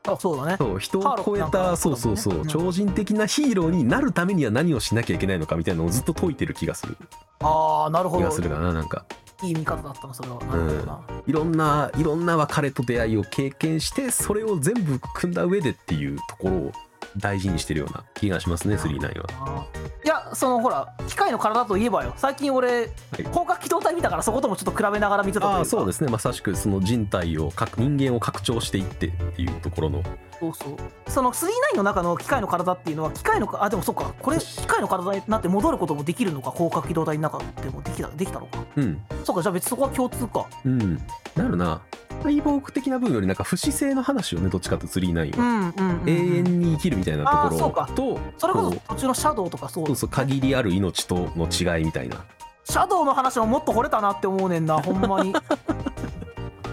あそうだね
そう人を超え
ハーロックなんか
たそうそうそう、
うん
超人的なヒーローになるためには何をしなきゃいけないのかみたいなのをずっと解いてる気がする
ああなるほ
気
ど
がするかななんか
いい見方だったのそれはなるほどない
ろんないろんな別れと出会いを経験してそれを全部組んだ上でっていうところを大事にしてるような気がしますね39は。
あーいやそのほら機械の体といえばよ最近俺広角機動隊見たからそこともちょっと比べながら見てたという
あ
か
あそうですねまさしくその人体をか人間を拡張していってっていうところの
そうそうその39の中の機械の体っていうのは機械のかあでもそっかこれ機械の体になって戻ることもできるのか広角機動隊の中でもできたできたのか
うん
そうかじゃあ別にそこは共通か
うんなるなサイボーグ的な部分よりなんか不死性の話よねどっちかというと39
う
は、
んうんうん、うん、
永遠に生きるみたいなところ
あーそうか
と
それこ
こう
そ途中のシャドウとかそう
そうそう限りある命との違いみたいな
シャドウの話ももっと惚れたなって思うねんなほん まに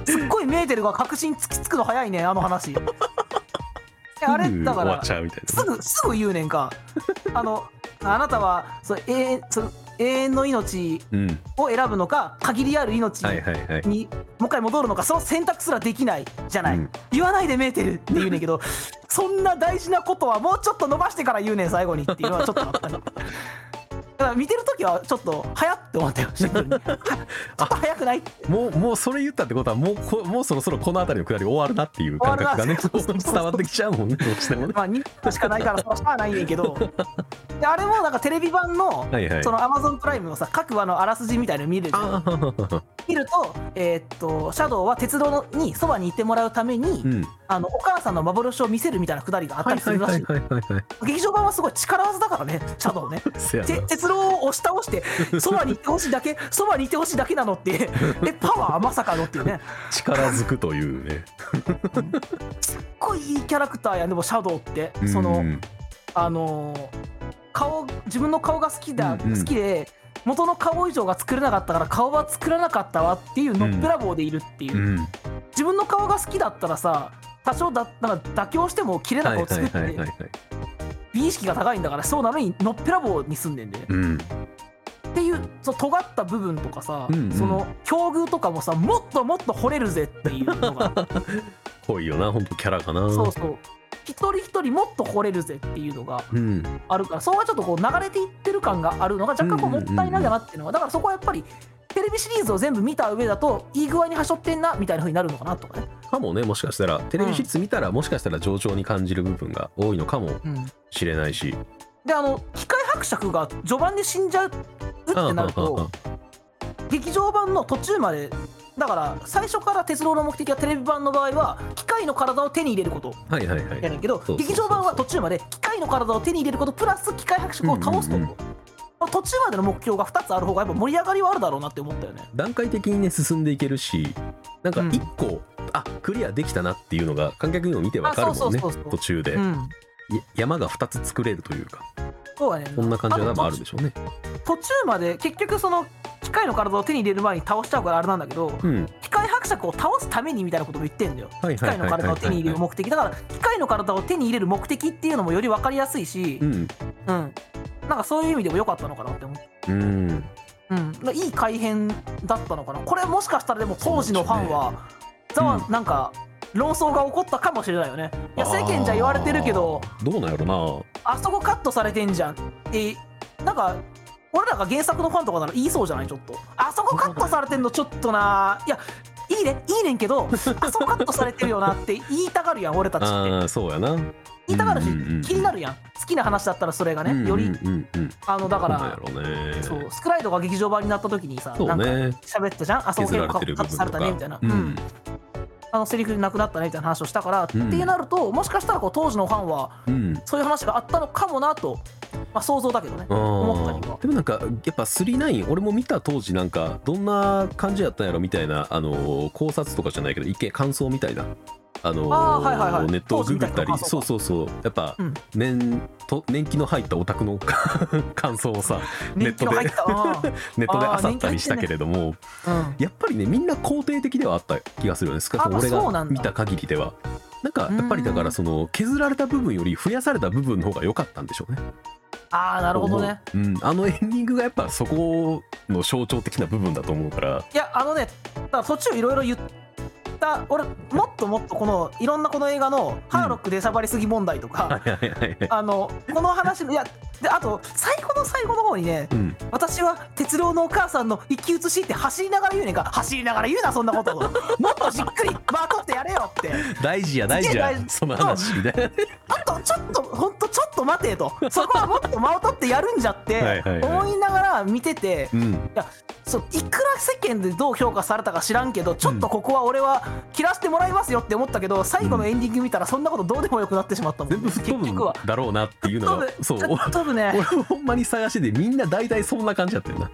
すっごいメーテルが確信つきつくの早いねあの話いやあれ
すぐ
だか
終わ
ら
っちゃうみたい
すぐすぐ言うねんかあのあなたはそう永遠そう永遠の命
なうん
を選ぶのか限りある命
はいはいはい
にもう一回戻るのかその選択すらできないじゃない、
うん
言わないでメーテルって言うねんけどそんな大事なことはもうちょっと伸ばしてから言うねん最後にっていうのはちょっとあ ったのだから見てる時はちょっと早っって思ったよシンプルに はちょっと早くない
もうもうそれ言ったってことはもうこもうそろそろこの辺りのくだり終わるなっていう感覚がね
終わる な
伝わってきちゃうもん ねどうしてもね
まあ2分しかないからそれはしゃあないねん けどであれもなんかテレビ版の
はいはい
そのアマゾンプライムのさ各話のあらすじみたいなの見るじゃん
ああ
見ると,、えーっとシャドウは鉄道にそばにいてもらうために、
うん
あのお母さんの幻を見せるみたいなくだりがあった
はい
りす
は
る
い
らしい
はいはいはいはい
劇場版はすごい力技だからね、シャドウね。
せや
て鉄郎を押し倒して、そばにいてほしいだけ、そばにいてほしいだけなのって、え、パワーまさかのっていうね、
な力づくというね
すっごいいいキャラクターやん、でもシャドウって、そうの、
ん
あのー顔、自分の顔が好きだ、
うんうん
好きで、元の顔以上が作れなかったから、顔は作らなかったわっていう、のっぺらぼうでいるっていう、
うん
自分の顔が好きだったらさ、多少だなんか妥協しても綺麗な
はい
顔
はい
作っ
はいはい
て
はい
美意識が高いんだからそうなのにのっぺらぼうにすんねんで、
うん
っていうその尖った部分とかさ、
うんうん
その境遇とかもさもっともっと惚れるぜっていうのが
濃いよな本当キャラかな
そうそう一人一人もっと惚れるぜっていうのが
うん
あるからそこはちょっとこう流れていってる感があるのが若干こう
うんう
も
んう
っ
ん
たいないんだなっていうのはだからそこはやっぱりテレビシリーズを全部見た上だといい具合にはしょってんなみたいな風になるのかなとかね、
かもねもしかしたらテレビシリーズ見たらもしかしたら上々に感じる部分が多いのかも
うん、
しれないし
であの機械伯爵が序盤で死んじゃうってなると劇場版の途中までだから最初から鉄道の目的はテレビ版の場合は機械の体を手に入れること
はいはいはい
やるけど
そうそうそうそう
劇場版は途中まで機械の体を手に入れることプラス機械伯爵を倒すこと、
うんうんうん
まあ途中までの目標が2つある方がやっぱ盛り上がりはあるだろうなって思ったよね
段階的にね進んでいけるしなんか
うん
一個、あクリアできたなっていうのが観客にも見てわかるもんね
あそうそうそうそう
途中で、
うん
い山が2つ作れるというか
そうやね
こんな感じは多分あるで
ょ
しょうね
途中まで結局その機械の体を手に入れる前に倒しちゃうからあれなんだけど、
うん
機械伯爵を倒すためにみたいなことも言ってんだよ
はい
機
はい
械
は
の
いはい
体を手に入れる
はい
目的だから機械の体を手に入れる目的っていうのもより分かりやすいし
う、ん
うんなんかそういう意味でも良かったのかなって思って、
うん
うん、だからいい改変だったのかなこれもしかしたらでも当時のファンはざわ、
う
なんか論争が起こったかもしれないよねいや世間じゃ言われてるけど
あーどうなんやろ
あそこカットされてんじゃんってなんか俺らが原作のファンとかなら言いそうじゃないちょっとあそこカットされてんのちょっとないやいいねいいねんけどあそこカットされてるよなって言いたがるやん俺たち
な
って
ああそうやな
言いたがるし
うんうんうん
気になるやん好きな話だったらそれが
うんうん
ねより
うんうん
あのだか
ど
ら
うなんやろうね
そうスクライドが劇場版になった時にさ
そ
な
うん
か
ね
喋ったじゃんあそこ
削
結
ら
構
れ
カ
てる
ッ
部
ト
分と
された
か
ねみたいな、
う
うん
ん
あのセリフなくなったねみたいな話をしたから、
うん
ってなるともしかしたらこう当時のファンは
うん
そういう話があったのかもなと、まあ、想像だけどね
あー
思ったりは
でもなんかやっぱ39俺も見た当時なんかどんな感じやったんやろみたいな、あのー考察とかじゃないけど意見感想みたいな、あのー
あーはいはいはい
ネットをググったり
当時みたいな感想か
そうそうそうやっぱ、
うん
年と年季の入ったオタクの 感想をさネッ
年季
ト
の入
で
ったな
ネットで
あー
漁ったりしたけれども、
うん
やっぱりねみんな肯定的ではあった気がするよね少なくとも
あまあ
俺
そうな
が
んだ
見た限りでは。なんかやっぱりだからその削られた部分より増やされた部分の方が良かったんでしょうね。
ああなるほどね
思う、うん、あのエンディングがやっぱそこの象徴的な部分だと思うから
いやあのねだから途中いろいろ言った俺もっともっとこのいろんなこの映画のハーロック出しゃばりすぎ問題とか、
はいはいはいはい
あのこの話のいやであと最後の最後の方にね
うん、
私は鉄郎のお母さんの生き写しって走りながら言うねんか走りながら言うなそんなこともっとじっくりまとってやれよって
大事や
すげ
大
え
事や
大事
その話みたいな
あとちょっとほんとちょっと待てとそこはもっと間を取ってやるんじゃって
はいはいはい
思いながら見てて
うん
そういくら世間でどう評価されたか知らんけどちょっとここは俺は切らしてもらいますよって思ったけど最後のエンディング見たらそんなことどうでもよくなってしまったもん
全部吹っ飛ぶ
結
ん
局は
だろうなっていうの
飛
が
ぶ
そうお
飛ぶね
俺もほんまに探しててみんな大体そんな感じやったよな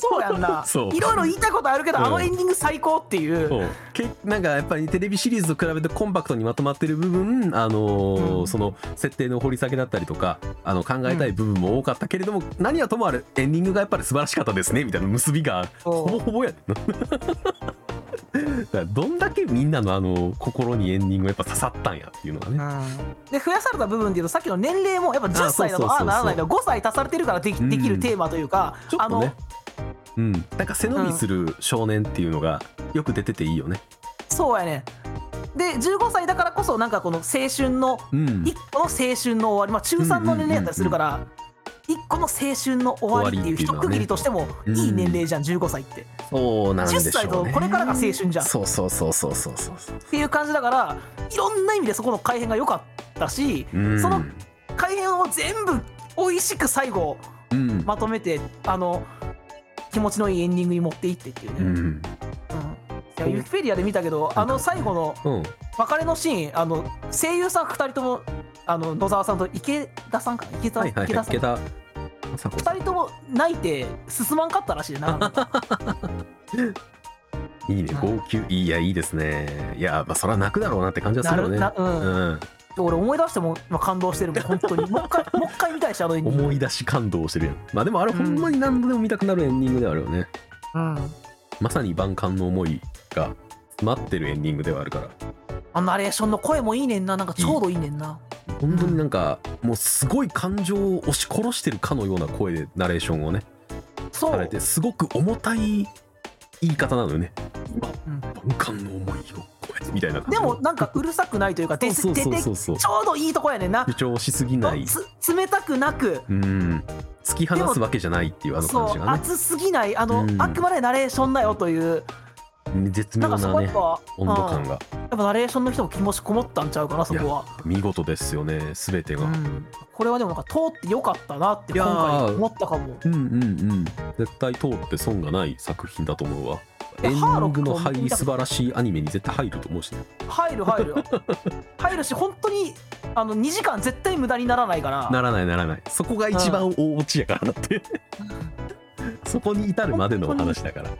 そうやんな
そう
いろいろ言いたいことあるけど、
うん
あのエンディング最高っていう
そうけなんかやっぱりテレビシリーズと比べてコンパクトにまとまってる部分、あのー
うん
その設定の掘り下げだったりとかあの考えたい部分も多かったけれども、何はともあれエンディングがやっぱり素晴らしかったですねみたいな結びが
そう
ほぼほぼ やねんなだからどんだけみんなのあの心にエンディングがやっぱ刺さったんやっていうのがね。
で増やされた部分でいうとさっきの年齢もやっぱ10歳
あそうそうそ
だ
うそ
と
う
ああならないだ5歳足されてるからでき,、
うん
できるテーマというか
ちょっ
あ
と
の
ねうん、なんか背伸びする少年っていうのがよく出てていいよね。
そうやねで15歳だからこそなんかこの青春の
うん、
一個の青春の終わり、まあ、中3の年齢やったりするから、一個の青春の終わりっていう
終わりっていうの
一
はね
区切りとしてもいい年齢じゃん、15歳って、
そうなんで
10
し
歳
ょう
と
ね。
これからが青春じゃんっ
そうそうそうそうそうそうそう。
ていう感じだからいろんな意味でそこの改変が良かったし
うん
その改変を全部美味しく最後
うん
まとめてあの気持ちのいいエンディングに持っていってっていうね、
う
うん
ん
いやウィキペディアで見たけどあの最後の
うん、
別れのシーンあの声優さん2人ともあの野沢さんと池田さんかな池田,、
はいはいはい、
池田さん
池田雅子さ
2人とも泣いて進まんかったらしいな なん
ん
か
いいね、
うん
号泣、いや、いいですね。いや、まあ、それは泣くだろうなって感じはす
な
るよ
る
ね
な。うん
うん、
俺思い出しても今感動し てるもん本当にもう一回もう一回見たいしあのエンディング
思い出し感動してるやん。まあ、でもあれ、ほんまに何度でも見たくなるエンディングではあるよね。
うん
まさに万感の思いが詰まってるエンディングではあるから。
あのナレーションの声もいいねんななんかちょうどいいねんな
本当になんか、もうすごい感情を押し殺してるかのような声でナレーションをね、
そ
さ
う
れて、すごく重たい言い方なのよね。今、
うん
万感の思いを超えてみたいな感じ
で
の
もなんかうるさくないというか出て
そう
出
そう
て
そうそう。
ちょうどいいとこやねんな
主張しすぎない。
つ冷たくなく
うん、突き放すわけじゃないっていうあの感
そ
じ
う
がね。
熱すぎないあの、
うん
あくまでナレーションだよという
絶
なん
妙
かそこ
な
はや
ね
っぱ、
温度感
うん
が
やっぱナレーションの人も気持ちこもったんちゃうかなそこは、
見事ですよね全てが、
うん、これはでもなんか通ってよかったなって
いや
今
ー
回思ったかも
うんうんうん絶対通って損がない作品だと思うわ
いや
エンデ
ハーロ
ィン
ッ
グ
クと
の入り素晴らしいアニメに絶対入ると思うしね
入 る入る入るし本当にあの2時間絶対無駄にならないから
ならないならないそこが一番大落ちやからなってそこに至るまでのお話だから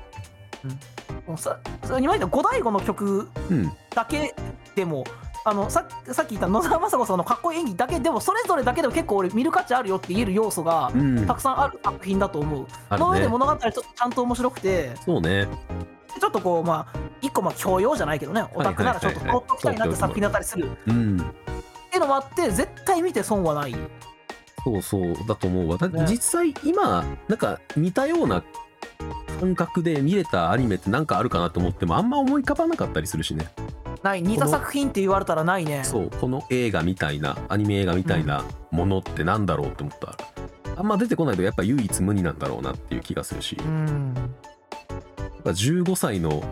もうさそれにまいた五醍醐の曲
うん
だけでもあのささっき言った野沢雅子さんのかっこいい演技だけでもそれぞれだけでも結構俺見る価値あるよって言える要素が
うん
たくさんある作品だと思う、
あ
その上で
るね
物語ちょっとちゃんと面白くて
そうね
ちょっとこうまあ一個まあ教養じゃないけどねオタクならちょっと
はいはいはいはい
ほっときたいなって作品だったりするっ
うん
ていうのもあって絶対見て損はない
そうそうだと思うわだ
ね
実際今なんか似たような感覚で見れたアニメってなんかあるかなと思ってもあんま思い浮かばなかったりするしね
ない似た作品って言われたらないね
そうこの映画みたいなアニメ映画みたいなものってなんだろうって思ったらあんま出てこないとやっぱ唯一無二なんだろうなっていう気がするし
うん
やっぱ15歳の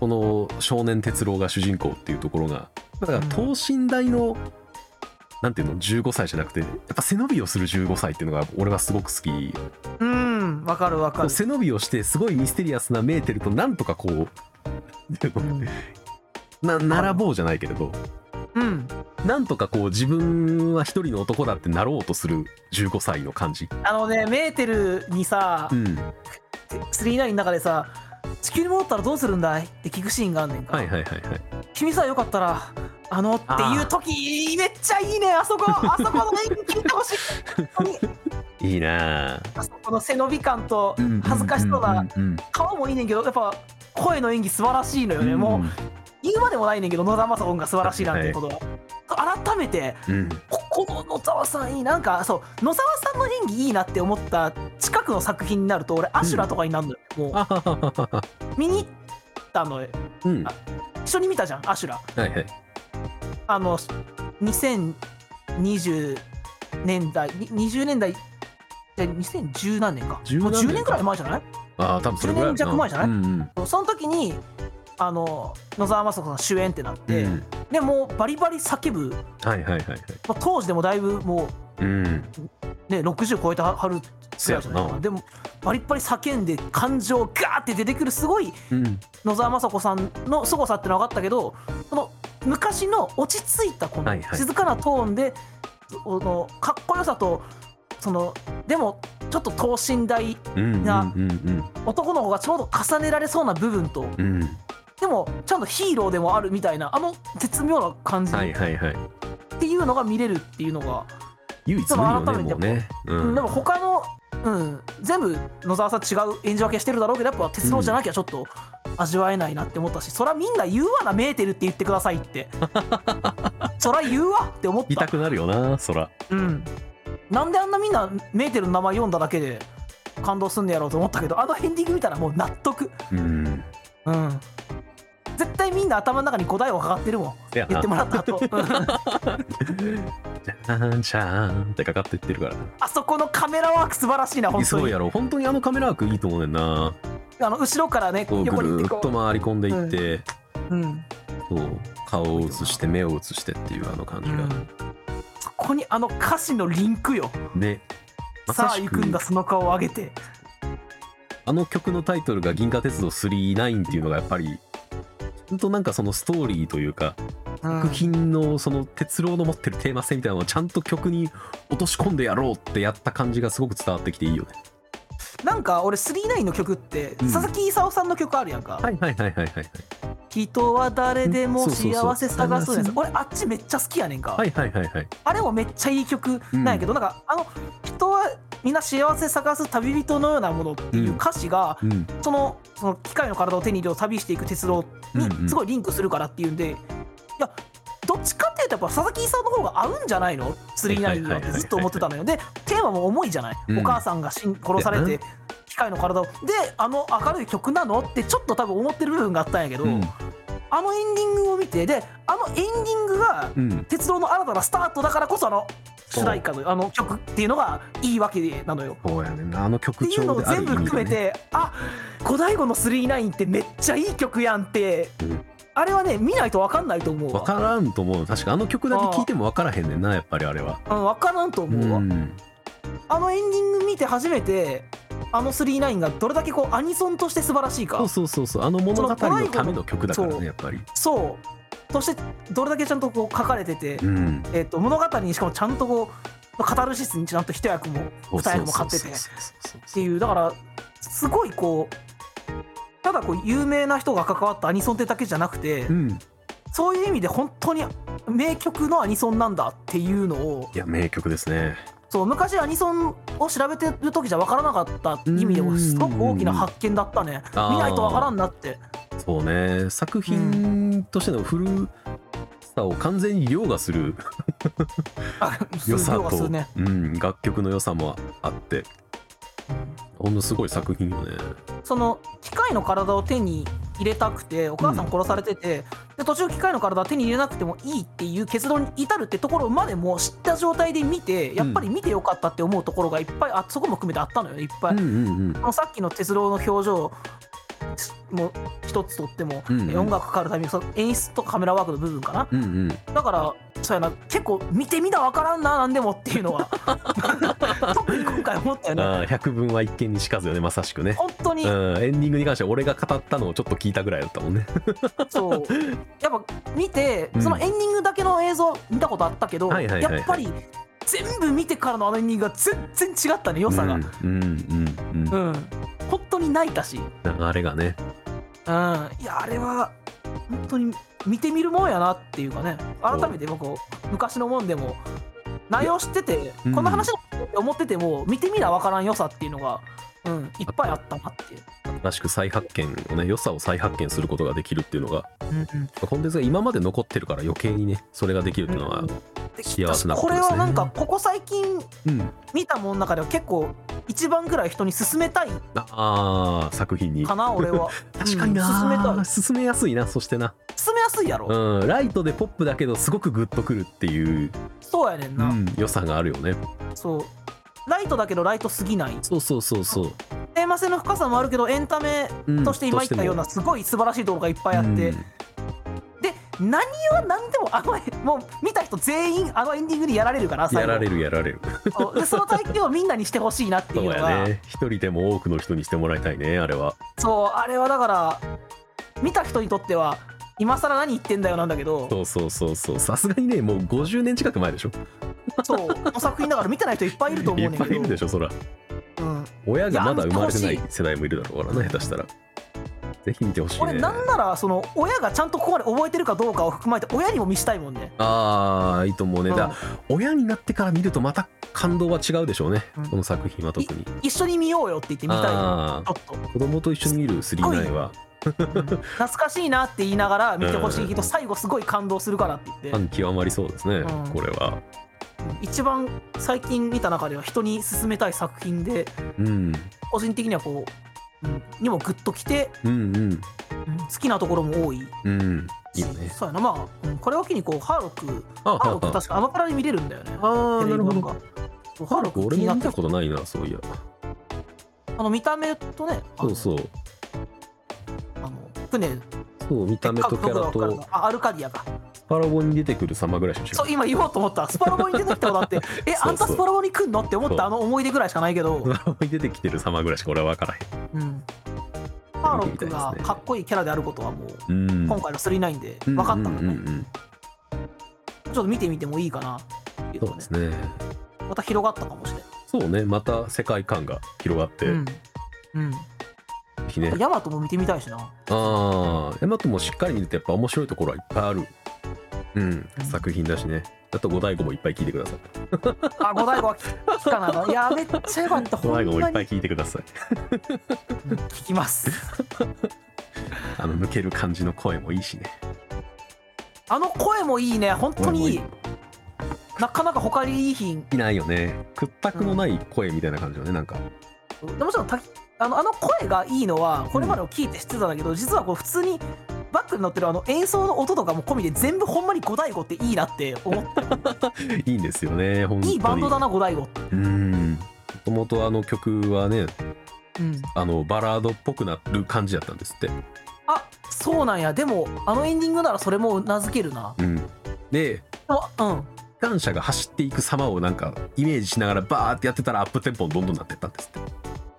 この少年哲郎が主人公っていうところがだから
うん
等身大の、なんていうの15歳じゃなくてやっぱ背伸びをする15歳っていうのが俺はすごく好き
うんわかるわかる、
背伸びをしてすごいミステリアスなメーテルとなんとかこう
うん
な並ぼうじゃないけれど
うん、
なんとかこう自分は一人の男だってなろうとする15歳の感じ
あのねメーテルにさ、
うん
39の中でさ「地球に戻ったらどうするんだい?」って聞くシーンがあんねんか、
はいはいはいはい
君さえよかったらあのっていう時めっちゃいいねあそこあそこの演技聞いて ほしい本当に
いいなあ
あそこの背伸び感と恥ずかしそうな顔もいいねんけどやっぱ声の演技素晴らしいのよね、もう言うまでもないねんけど野田雅音が素晴らしいなんていうことは、改めて
うん、うん
ここの野沢さんいいなんかそう野沢さんの演技いいなって思った近くの作品になると俺アシュラとかになるのよ、も
あはははは
う見に行ったのよ
うん
あ
は
一緒に見たじゃんアシュラ
いはい
あの2020年代に20年代え2010何年か
10
もう
何年か
10年くらい前じゃない
ああ多分それぐらいある
10年弱前じゃない
うんうん
その時にあの野沢雅子さん主演ってなって、
うん
でもうバリバリ叫ぶ、ま
はいはいはいはい
あ、当時でもだいぶも
うん
うね60超えたはる
せやろな
でもバリッバリ叫んで感情ガーって出てくるすごい
うん
野沢雅子さんの凄さってのは分かったけどその昔の落ち着いたこの
はいはい
静かなトーンで、そのかっこよさとそのでもちょっと等身大
うんうん
な
うん
男の子がちょうど重ねられそうな部分と
うんうん
でもちゃんとヒーローでもあるみたいなあの絶妙な感じ
はい
っ
はいはい
ていうのが見れるっていうのが、
唯一無二よね
でも改めて
もうねう
うんでも他の、うん、全部野沢さん違う演じ分けしてるだろうけどやっぱ鉄郎じゃなきゃちょっと味わえないなって思ったし、そらみんな言うわなメーテルって言ってくださいって そら言うわって思っ
言いた
た、
くなるよなそら
うん、なんであんなみんなメーテルの名前読んだだけで感動すんのやろうと思ったけどあのエンディング見たらもう納得
うん
うん絶対みんな頭の中に答えをかかってるもん
せや
言
な
ってもらっ た後うん
じゃーんじゃーんってかかってってるから
あそこのカメラワーク素晴らしいな本当
そう
に
やろ本当にあのカメラワークいいと思うねんな
あの後ろからね
こう
横に行
ぐ
っ
る
て
ーっと
こ
回り込んでいって、
う、うん、
そう顔を映して目を映してっていうあの感じ
う
が、
んそこにあの歌詞のリンクよ
ねま
さ
さ
あ
し
行
く
くんだその顔を上げて
あの曲のタイトルが「銀河鉄道999」っていうのがやっぱり本当なんかそのストーリーというか
うん
作品のその鉄郎の持ってるテーマ性みたいなのをちゃんと曲に落とし込んでやろうってやった感じがすごく伝わってきていいよね
なんか俺39の曲って
うん
佐々木功さんの曲あるやんか、
はいはいはいはいはい
人は誰でも幸せ探す
うんそう
のやつ
そうそう
俺あっちめっちゃ好きやねんか、
はいはいはいはいはい
あれもめっちゃいい曲なんやけど、なんかあの人はみんな幸せ探す旅人のようなものっていう歌詞が、
うん
そのその機械の体を手に入れを旅していく鉄道
うんう
に
ん
すごいリンクするからっていうんで、いやどっちかっていうとやっぱ佐々木さんの方が合うんじゃないの39にはってずっと思ってたのよでテーマも重いじゃない、
うん
お母さんが死ん殺され
そう
て
や
機械の体をであの明るい曲なのってちょっと多分思ってる部分があったんやけど、
うん
あのエンディングを見てであのエンディングが
うん
鉄道の新たなスタートだからこそあの
そう
主題歌のあの曲っていうのがいいわけなのよ。
そうやねんなあの
っ
曲
ていうの
調
を
である意
全部
味で、
含め
ね、
て、あ小醍醐の3-9ってめっちゃいい曲やんって、
うん
あれはね見ないと分かんないと思うわ
分からんと思う確かあの曲だけ聴いても分からへんねんなやっぱりあれは
うん、分からんと
う
思うわ、
ん
あのエンディング見て初めてあの3-9がどれだけこうアニソンとして素晴らしいか
そうそうそうそうあの物語のための曲だから
そう
ねやっぱり
そうとしてどれだけちゃんとこう書かれてて、
うん
えっと物語にしかもちゃんとこうカタルシスにちゃんと一役も
そう
二
そう
役も買って
そ
て
う
っ
そう
ていうだからすごいこうただこう有名な人が関わったアニソンってだけじゃなくて、
うんい
そういう意味で本当に名曲のアニソンなんだっていうのを
や名曲ですね
そう昔アニソンを調べてる時じゃ分からなかった意味で
う
も
ん
すごく大きな発見だったね
あー
見ないと分からんなって
そうね作品としての古さを完全に凌駕する、
あ
良さ
量がす
と、
るね
うん、楽曲の良さもあってほんのすごい作品よね
その機械の体を手に入れたくてお母さん殺されてて、で途中機械の体は手に入れなくてもいいっていう結論に至るってところまでも知った状態で見てやっぱり見てよかったって思うところがいっぱいあそこも含めてあったのよいっぱい、
うんうん
あのさっきの哲郎の表情も一つとっても、
うんうん
え音楽かかるためにその演出とカメラワークの部分かな
うんうんうん
だからそうやな結構見てみなわからんななんでもっていうのは 特に今回思ったよね
あー百聞は一見にしかずよねまさしくね
本当に
うん、エンディングに関しては俺が語ったのをちょっと聞いたぐらいだったもんね。
そうやっぱ見て
うん
そのエンディングだけの映像見たことあったけど、
はいはいはいはい
やっぱり全部見てからのあのエンディングが全然違ったね良さが、う
うんんうんうんうん。
本当に泣いたし、うん、
流
い
れがね。
やあれは本当に見てみるもんやなっていうかね改めて僕昔のもんでも内容知ってて、
うん
こんな話だって思ってても見てみなわからん良さっていうのが、うん、いっぱいあったなっていう。
らしく再発見をね良さを再発見することができるっていうのが
うんうん
コンテンツが今まで残ってるから余計にねそれができるっていうのは、幸せなこ
こと
ですね
れはなんかここ最近
うん、
見たものの中では結構一番ぐらい人に勧めたい
ああ作品に
かな俺は
確かにな、
うん勧めたい
進めやすいなそしてな、
勧めやすいやろ、
うん、ライトでポップだけどすごくグッとくるっていう、
そうやねん
う
な、
ん、良さがあるよね
そうライトだけどライトすぎない
そうそうそうそう、
テーマ性の深さもあるけどエンタメ
うん、
として今言ったようなすごい素晴らしいところがいっぱいあって、
うん
で何を何でもあのもう見た人全員あのエンディングにやられるから最
や
後
られるやられる
そうでその体験をみんなにしてほしいなってい
そうう
の
や
が
ね一人でも多くの人にしてもらいたいねあれは
そうあれはだから見た人にとっては今更何言ってんだよなんだけど
そうそうそうそうさすがにねもう50年近く前でしょ
そうこの作品だから見てない人いっぱいいると思
いうっ
ねん
ぱ
け
いい
ど
るでしょそら
うん、
親がまだ
いや
生まれてな
見て
い世代もいるだろうからな下手したらぜひ見てほしい
俺
ね
なんならその親がちゃんとここまで覚えてるかどうかを含まれて親にも見したいもんね。
ああいいと思うね、
うん
だから親になってから見るとまた感動は違うでしょうね、
うん
この作品は特に
一緒に見ようよって言って見たいよ
あ
ち
あ
ょっと、
子供と一緒に見る
す
39
っ
は
うん懐かしいなって言いながら見てほしいけど
うん
最後すごい感動するからって言って
感極まりそうですね、
うん
これは
一番最近見た中では人に勧めたい作品で
うん
個人的にはこう、うん、にもグッときて、
うん
うん好きなところも多い
うんうんいいよね
そうやなまあ、うんこれを機にこうハーロック
あ
ハーロック確かアマプラで見れるんだよね。
ああーなるほど
テレビ版がそうハ
ハー
ーロ
ロ
ッ
ッ
ク
ク
気
俺
に
も
なっ
見
て
たことないなそういや
あの見た目とねあ
そ
の
うそう
あの船
そう見た目とキャラ
角度が分
と
かるなあアルカディアか
スパラボに出てくる様ぐらいしか知ら
そ
な
う
い
今言おうと思ったスパロボに出てきたことあ って
そ
え
うそう
あんたスパロボに来んのって思っ
そ
た
う
あの思い出ぐらいしかないけど、
スパラボに出てきてる様ぐらいしか俺は分からへん
うん、ハーロック
見てみたい
が
ですね
かっこいいキャラであることはもう
うん
今回の3-9で分かったのね、
うんうんうんうん
ちょっと見てみてもいいかなっていう
そう
の
で
ね
すね
また広がったかもしれない
そうねまた世界観が広がって、
うん、
ひね
うん、ヤマトも見てみたいしな
ああヤマトもしっかり見るとやっぱ面白いところはいっぱいあるうん
うん
作品だしねあと五醍醐もいっぱい聞いてください
あ五大悟は聞聞かな いのいやめっちゃよかった
五
ほ
醍
ん
醐もい
ま
っぱい
に
聞いてください
うん聞きます
あの抜ける感じの声もいいしね
あの声もいいね本当にいい
声も
なかなか他にいい品
いないよね屈託のない声みたいな感じよねなんか
でもちろんたあのあの声がいいのはこれまでを聞いて知ってたんだけど、実はこう普通にバックに乗ってるあの演奏の音とかも込みで全部ほんまに五大五っていいなって思って
いいんですよね本当に
いいバンドだな五大五って
うんもともとあの曲はね
うん
あのバラードっぽくなる感じだったんですって
あそうなんやでもあのエンディングならそれも名付けるな
うんで
あうん
機関車が走っていく様をなんかイメージしながらバーってやってたらアップテンポにどんどんなってったんですって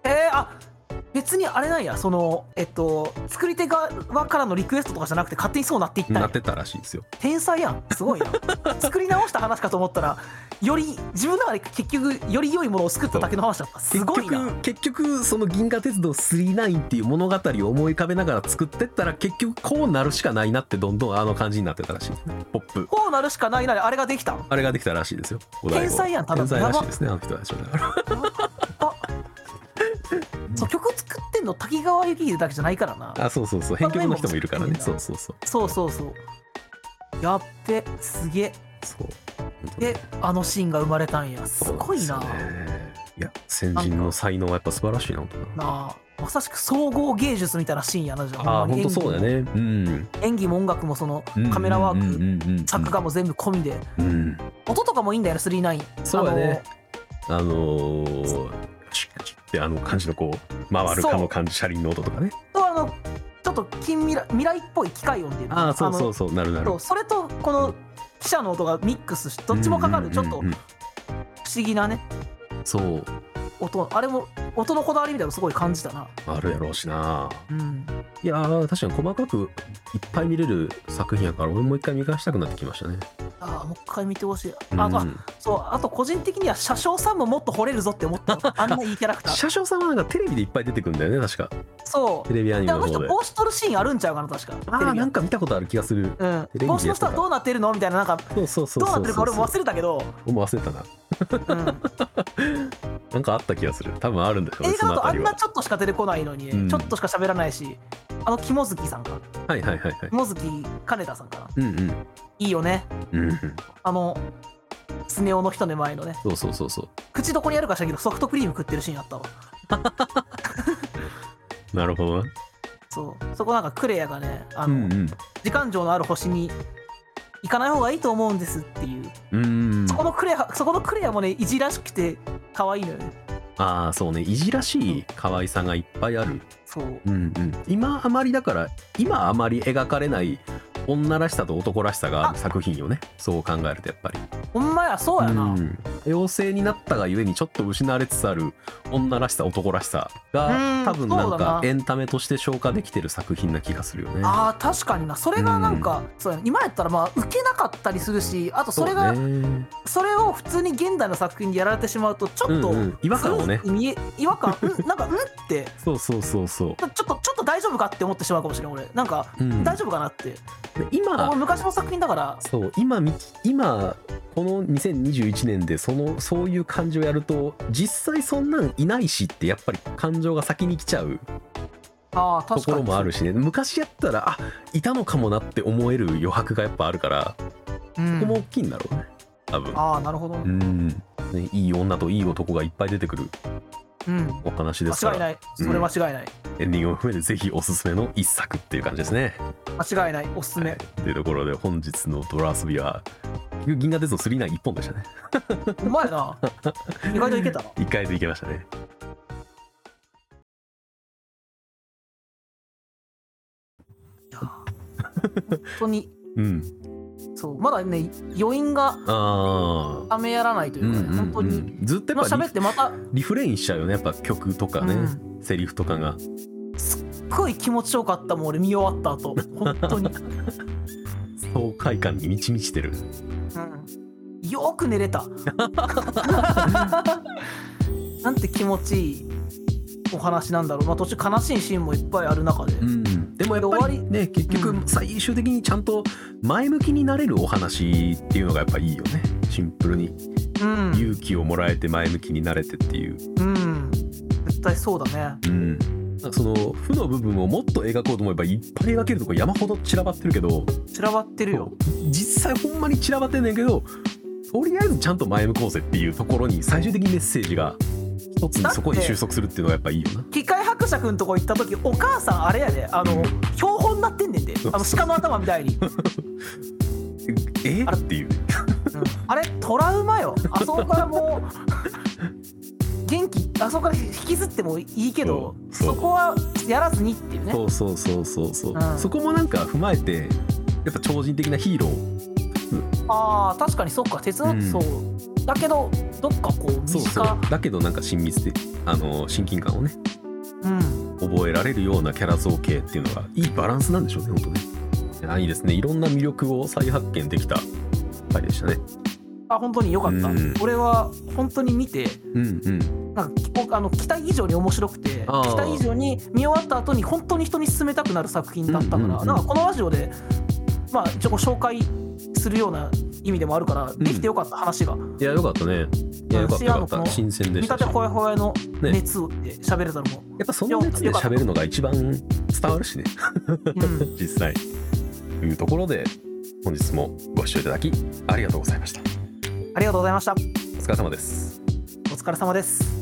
えー、あ別にあれなんやそのえっと作り手側からのリクエストとかじゃなくて勝手にそうなっていったん
な
や
ってたらしいんですよ
天才やんすごい な作り直した話かと思ったらより自分の中で結局より良いものを作っただけの話だったすごいな
結局結局その銀河鉄道999っていう物語を思い浮かべながら作ってったら結局こうなるしかないなってどんどんあの感じになってたらしいですねポップ
こうなるしかないなであれができたん
あれができたらしいですよお台場
天才やんただ
天才らしいですねあの人たちはだから
そう曲作ってんの滝川幸秀だけじゃないからな
あそうそうそう編曲の人もいるからね
他の
そう
面
そうそう
そうそうそうやっべすげえ
そう
であのシーンが生まれたんやすごい
そう
な、
ですねいや先人の才能はやっぱ素晴らしいなと思う
なあまさしく総合芸術みたいなシーンやなじゃ
ああ
ほ
本
んま
当
に
そうだねうん
演技も演技も音楽もその
うん
カメラワーク、
うんうんうんうん
作画も全部込みで
うん
音とかもいいんだよね39
そうだねあのーカチッカチッってあの感じのこう回るかの感じ車輪の音とかね
あのとあのちょっと近未来未来っぽい機械音っていうの
ああそうそううそうなるなる
そうそれとこの記者の音がミックスしてどっちもかかるちょっと
うんうんうん
不思議なね
そう
音あれも音のこだわりみたいなのすごい感じたな
あるやろうしな
うん
いやー確かに細かくいっぱい見れる作品やから俺もう一回見返したくなってきましたね
ああもう一回見てほしいあ
うん
と、あそうあと個人的には車掌さんももっと惚れるぞって思ったあんないいキャラクター
車掌さんはなんかテレビでいっぱい出てくるんだよね確か
そう
テレビアニ
で
メ
あの
の方
人
で
帽子取るシーンあるんちゃうかな確か
あ
テレ
あ
ビ
な
や
んか見たことある気がする
う
テレビで
ん、
や
帽
ってた
子の人はどうなってるのみたいななんか
そうそうそうそう
どうなってるか俺も忘
れ
れたけど、
もう忘れたな
うん、
なんかあった気がする多分あるんだよね
映
そ
画
の
だとあ
辺り
んな
は
ちょっとしか出てこないのに、
うん
ちょっとしか喋らないしあの肝月さんか
はいはいはいはい
肝月金田さんかな
うんうん
いいよね
うんうん
あのスネ夫の一目前のね
そうそうそうそ
口どこにあるかしらんけどソフトクリーム食ってるシーンあったわ
うなるほどな
そうそこなんかクレアがねあ
う
の、
んうん
時間上のある星に行かない方がいいと思うんですっていう
うんうんうん
そこのクレアそこのクレアもねいじらしくて可愛いのよね
ああそうねいじらしい可愛さがいっぱいある
そう
うんうん今あまりだから今あまり描かれない女らしさと男らしさがある作品よねそう考えるとやっぱり
ほんまやそうやな、
うん妖精になったがゆえにちょっと失われつつある女らしさ男らしさ
う
が
ん
多分な
そ
ん
うだ
か
な
エンタメとして消化できてる作品な気がするよね
あー確かになそれがなんか、そうや今やったらまあ受けなかったりするしあとそれがそ,、
うね
れを普通に現代の作品でやられてしまうとちょっと、
うんうん違和感をね
そう見え違和感、うん、なんかうんってち
そうそうそうそう
ょっとちょっと大丈夫かって思ってしまうかもしれない俺なんか、
うん
大丈夫かなって
で今
俺昔の作品だから
そう今み今この2021年でそのそういう感情をやると実際そんなんいないしってやっぱり感情が先に来ちゃう
あー
と
確
こ
かに
ろもあるしね昔やったらあいたのかもなって思える余白がやっぱあるから
うん
ここも大きいんだろうね多分
ああなるほど
う、
うん
ね、いい女といい男がいっぱい出てくる
ん
お話ですか
間違い
ら
ないそれ間違いない、
エンディングを含めてぜひおすすめの一作っていう感じですね。
間違いないおすすめ、
はい、というところで本日の「ドラ遊び」は銀河鉄道9 9一本でしたね。
お前 な意外といけたな
一回でいけましたね。
いやー本当に
うん
そうまだね余韻が
ああ。
ためやらないというかね、本当に
ずっと
ま
や
あ
っぱ
喋
リ
ってまた
リフレインしちゃうよねやっぱ曲とかね、
う
セリフとかが
すっごい気持ちよかったもん俺見終わった後本当に、
爽快感に満ち満ちてる
うん、よく寝れた なんて気持ちいいお話なんだろう、まあ、途中悲しいシーンもいっぱいある中で、
でもやっぱりね結局
うん
最終的にちゃんと前向きになれるお話っていうのがやっぱいいよねシンプルに
うん
勇気をもらえて前向きになれてっていう、
うん、絶対そうだね
うん、なんかその負の部分をもっと描こうと思えばいっぱい描けるとこ山ほど散らばってるけど
散らばってるよ
実際ほんまに散らばってんねんけどとりあえずちゃんと前向こうぜっていうところに最終的にメッセージが一つにそこに収束するっていうのがやっぱいいよな
機械伯爵のとこ行った時お母さんあれやであの標本になってんねんであの鹿の頭みたい に、うん
え
あれ
っていう
あれトラウマよあそこからもう 元気あそこから引きずってもいいけど
そ
そう
そう
こはやらずにっていうね
そうそうそうそうそう、
うん
そこもなんか踏まえてやっぱ超人的なヒーロー
あー確かにそっか鉄の
うん
そう、だけどどっかこう身
そう
近
そうだけどなんか親密であの親近感をね
うん
覚えられるようなキャラ造形っていうのがいいバランスなんでしょうね本当ねいやいいですねいろんな魅力を再発見できた回でしたね
あ本当に良かった、
うん
俺は本当に見て
うんうん
なんかき僕あの期待以上に面白くて期
あー
待以上に見終わった後に本当に人に勧めたくなる作品だったから、
うんうんうん
なんかこのラジオでまあ一応こう紹介するような意味でもあるから、できてよかった話が
いやよかったねいやよかった
私
よ
あ
か
の
った
この
新鮮で
見
したた
て
し
ほやほやの
ね
熱で喋れたのも、
やっぱその熱で喋るのが一番伝わるしね
う ん、
実際というところで本日もご視聴いただきありがとうございました
ありがとうございました
お疲れ様です
お疲れ様です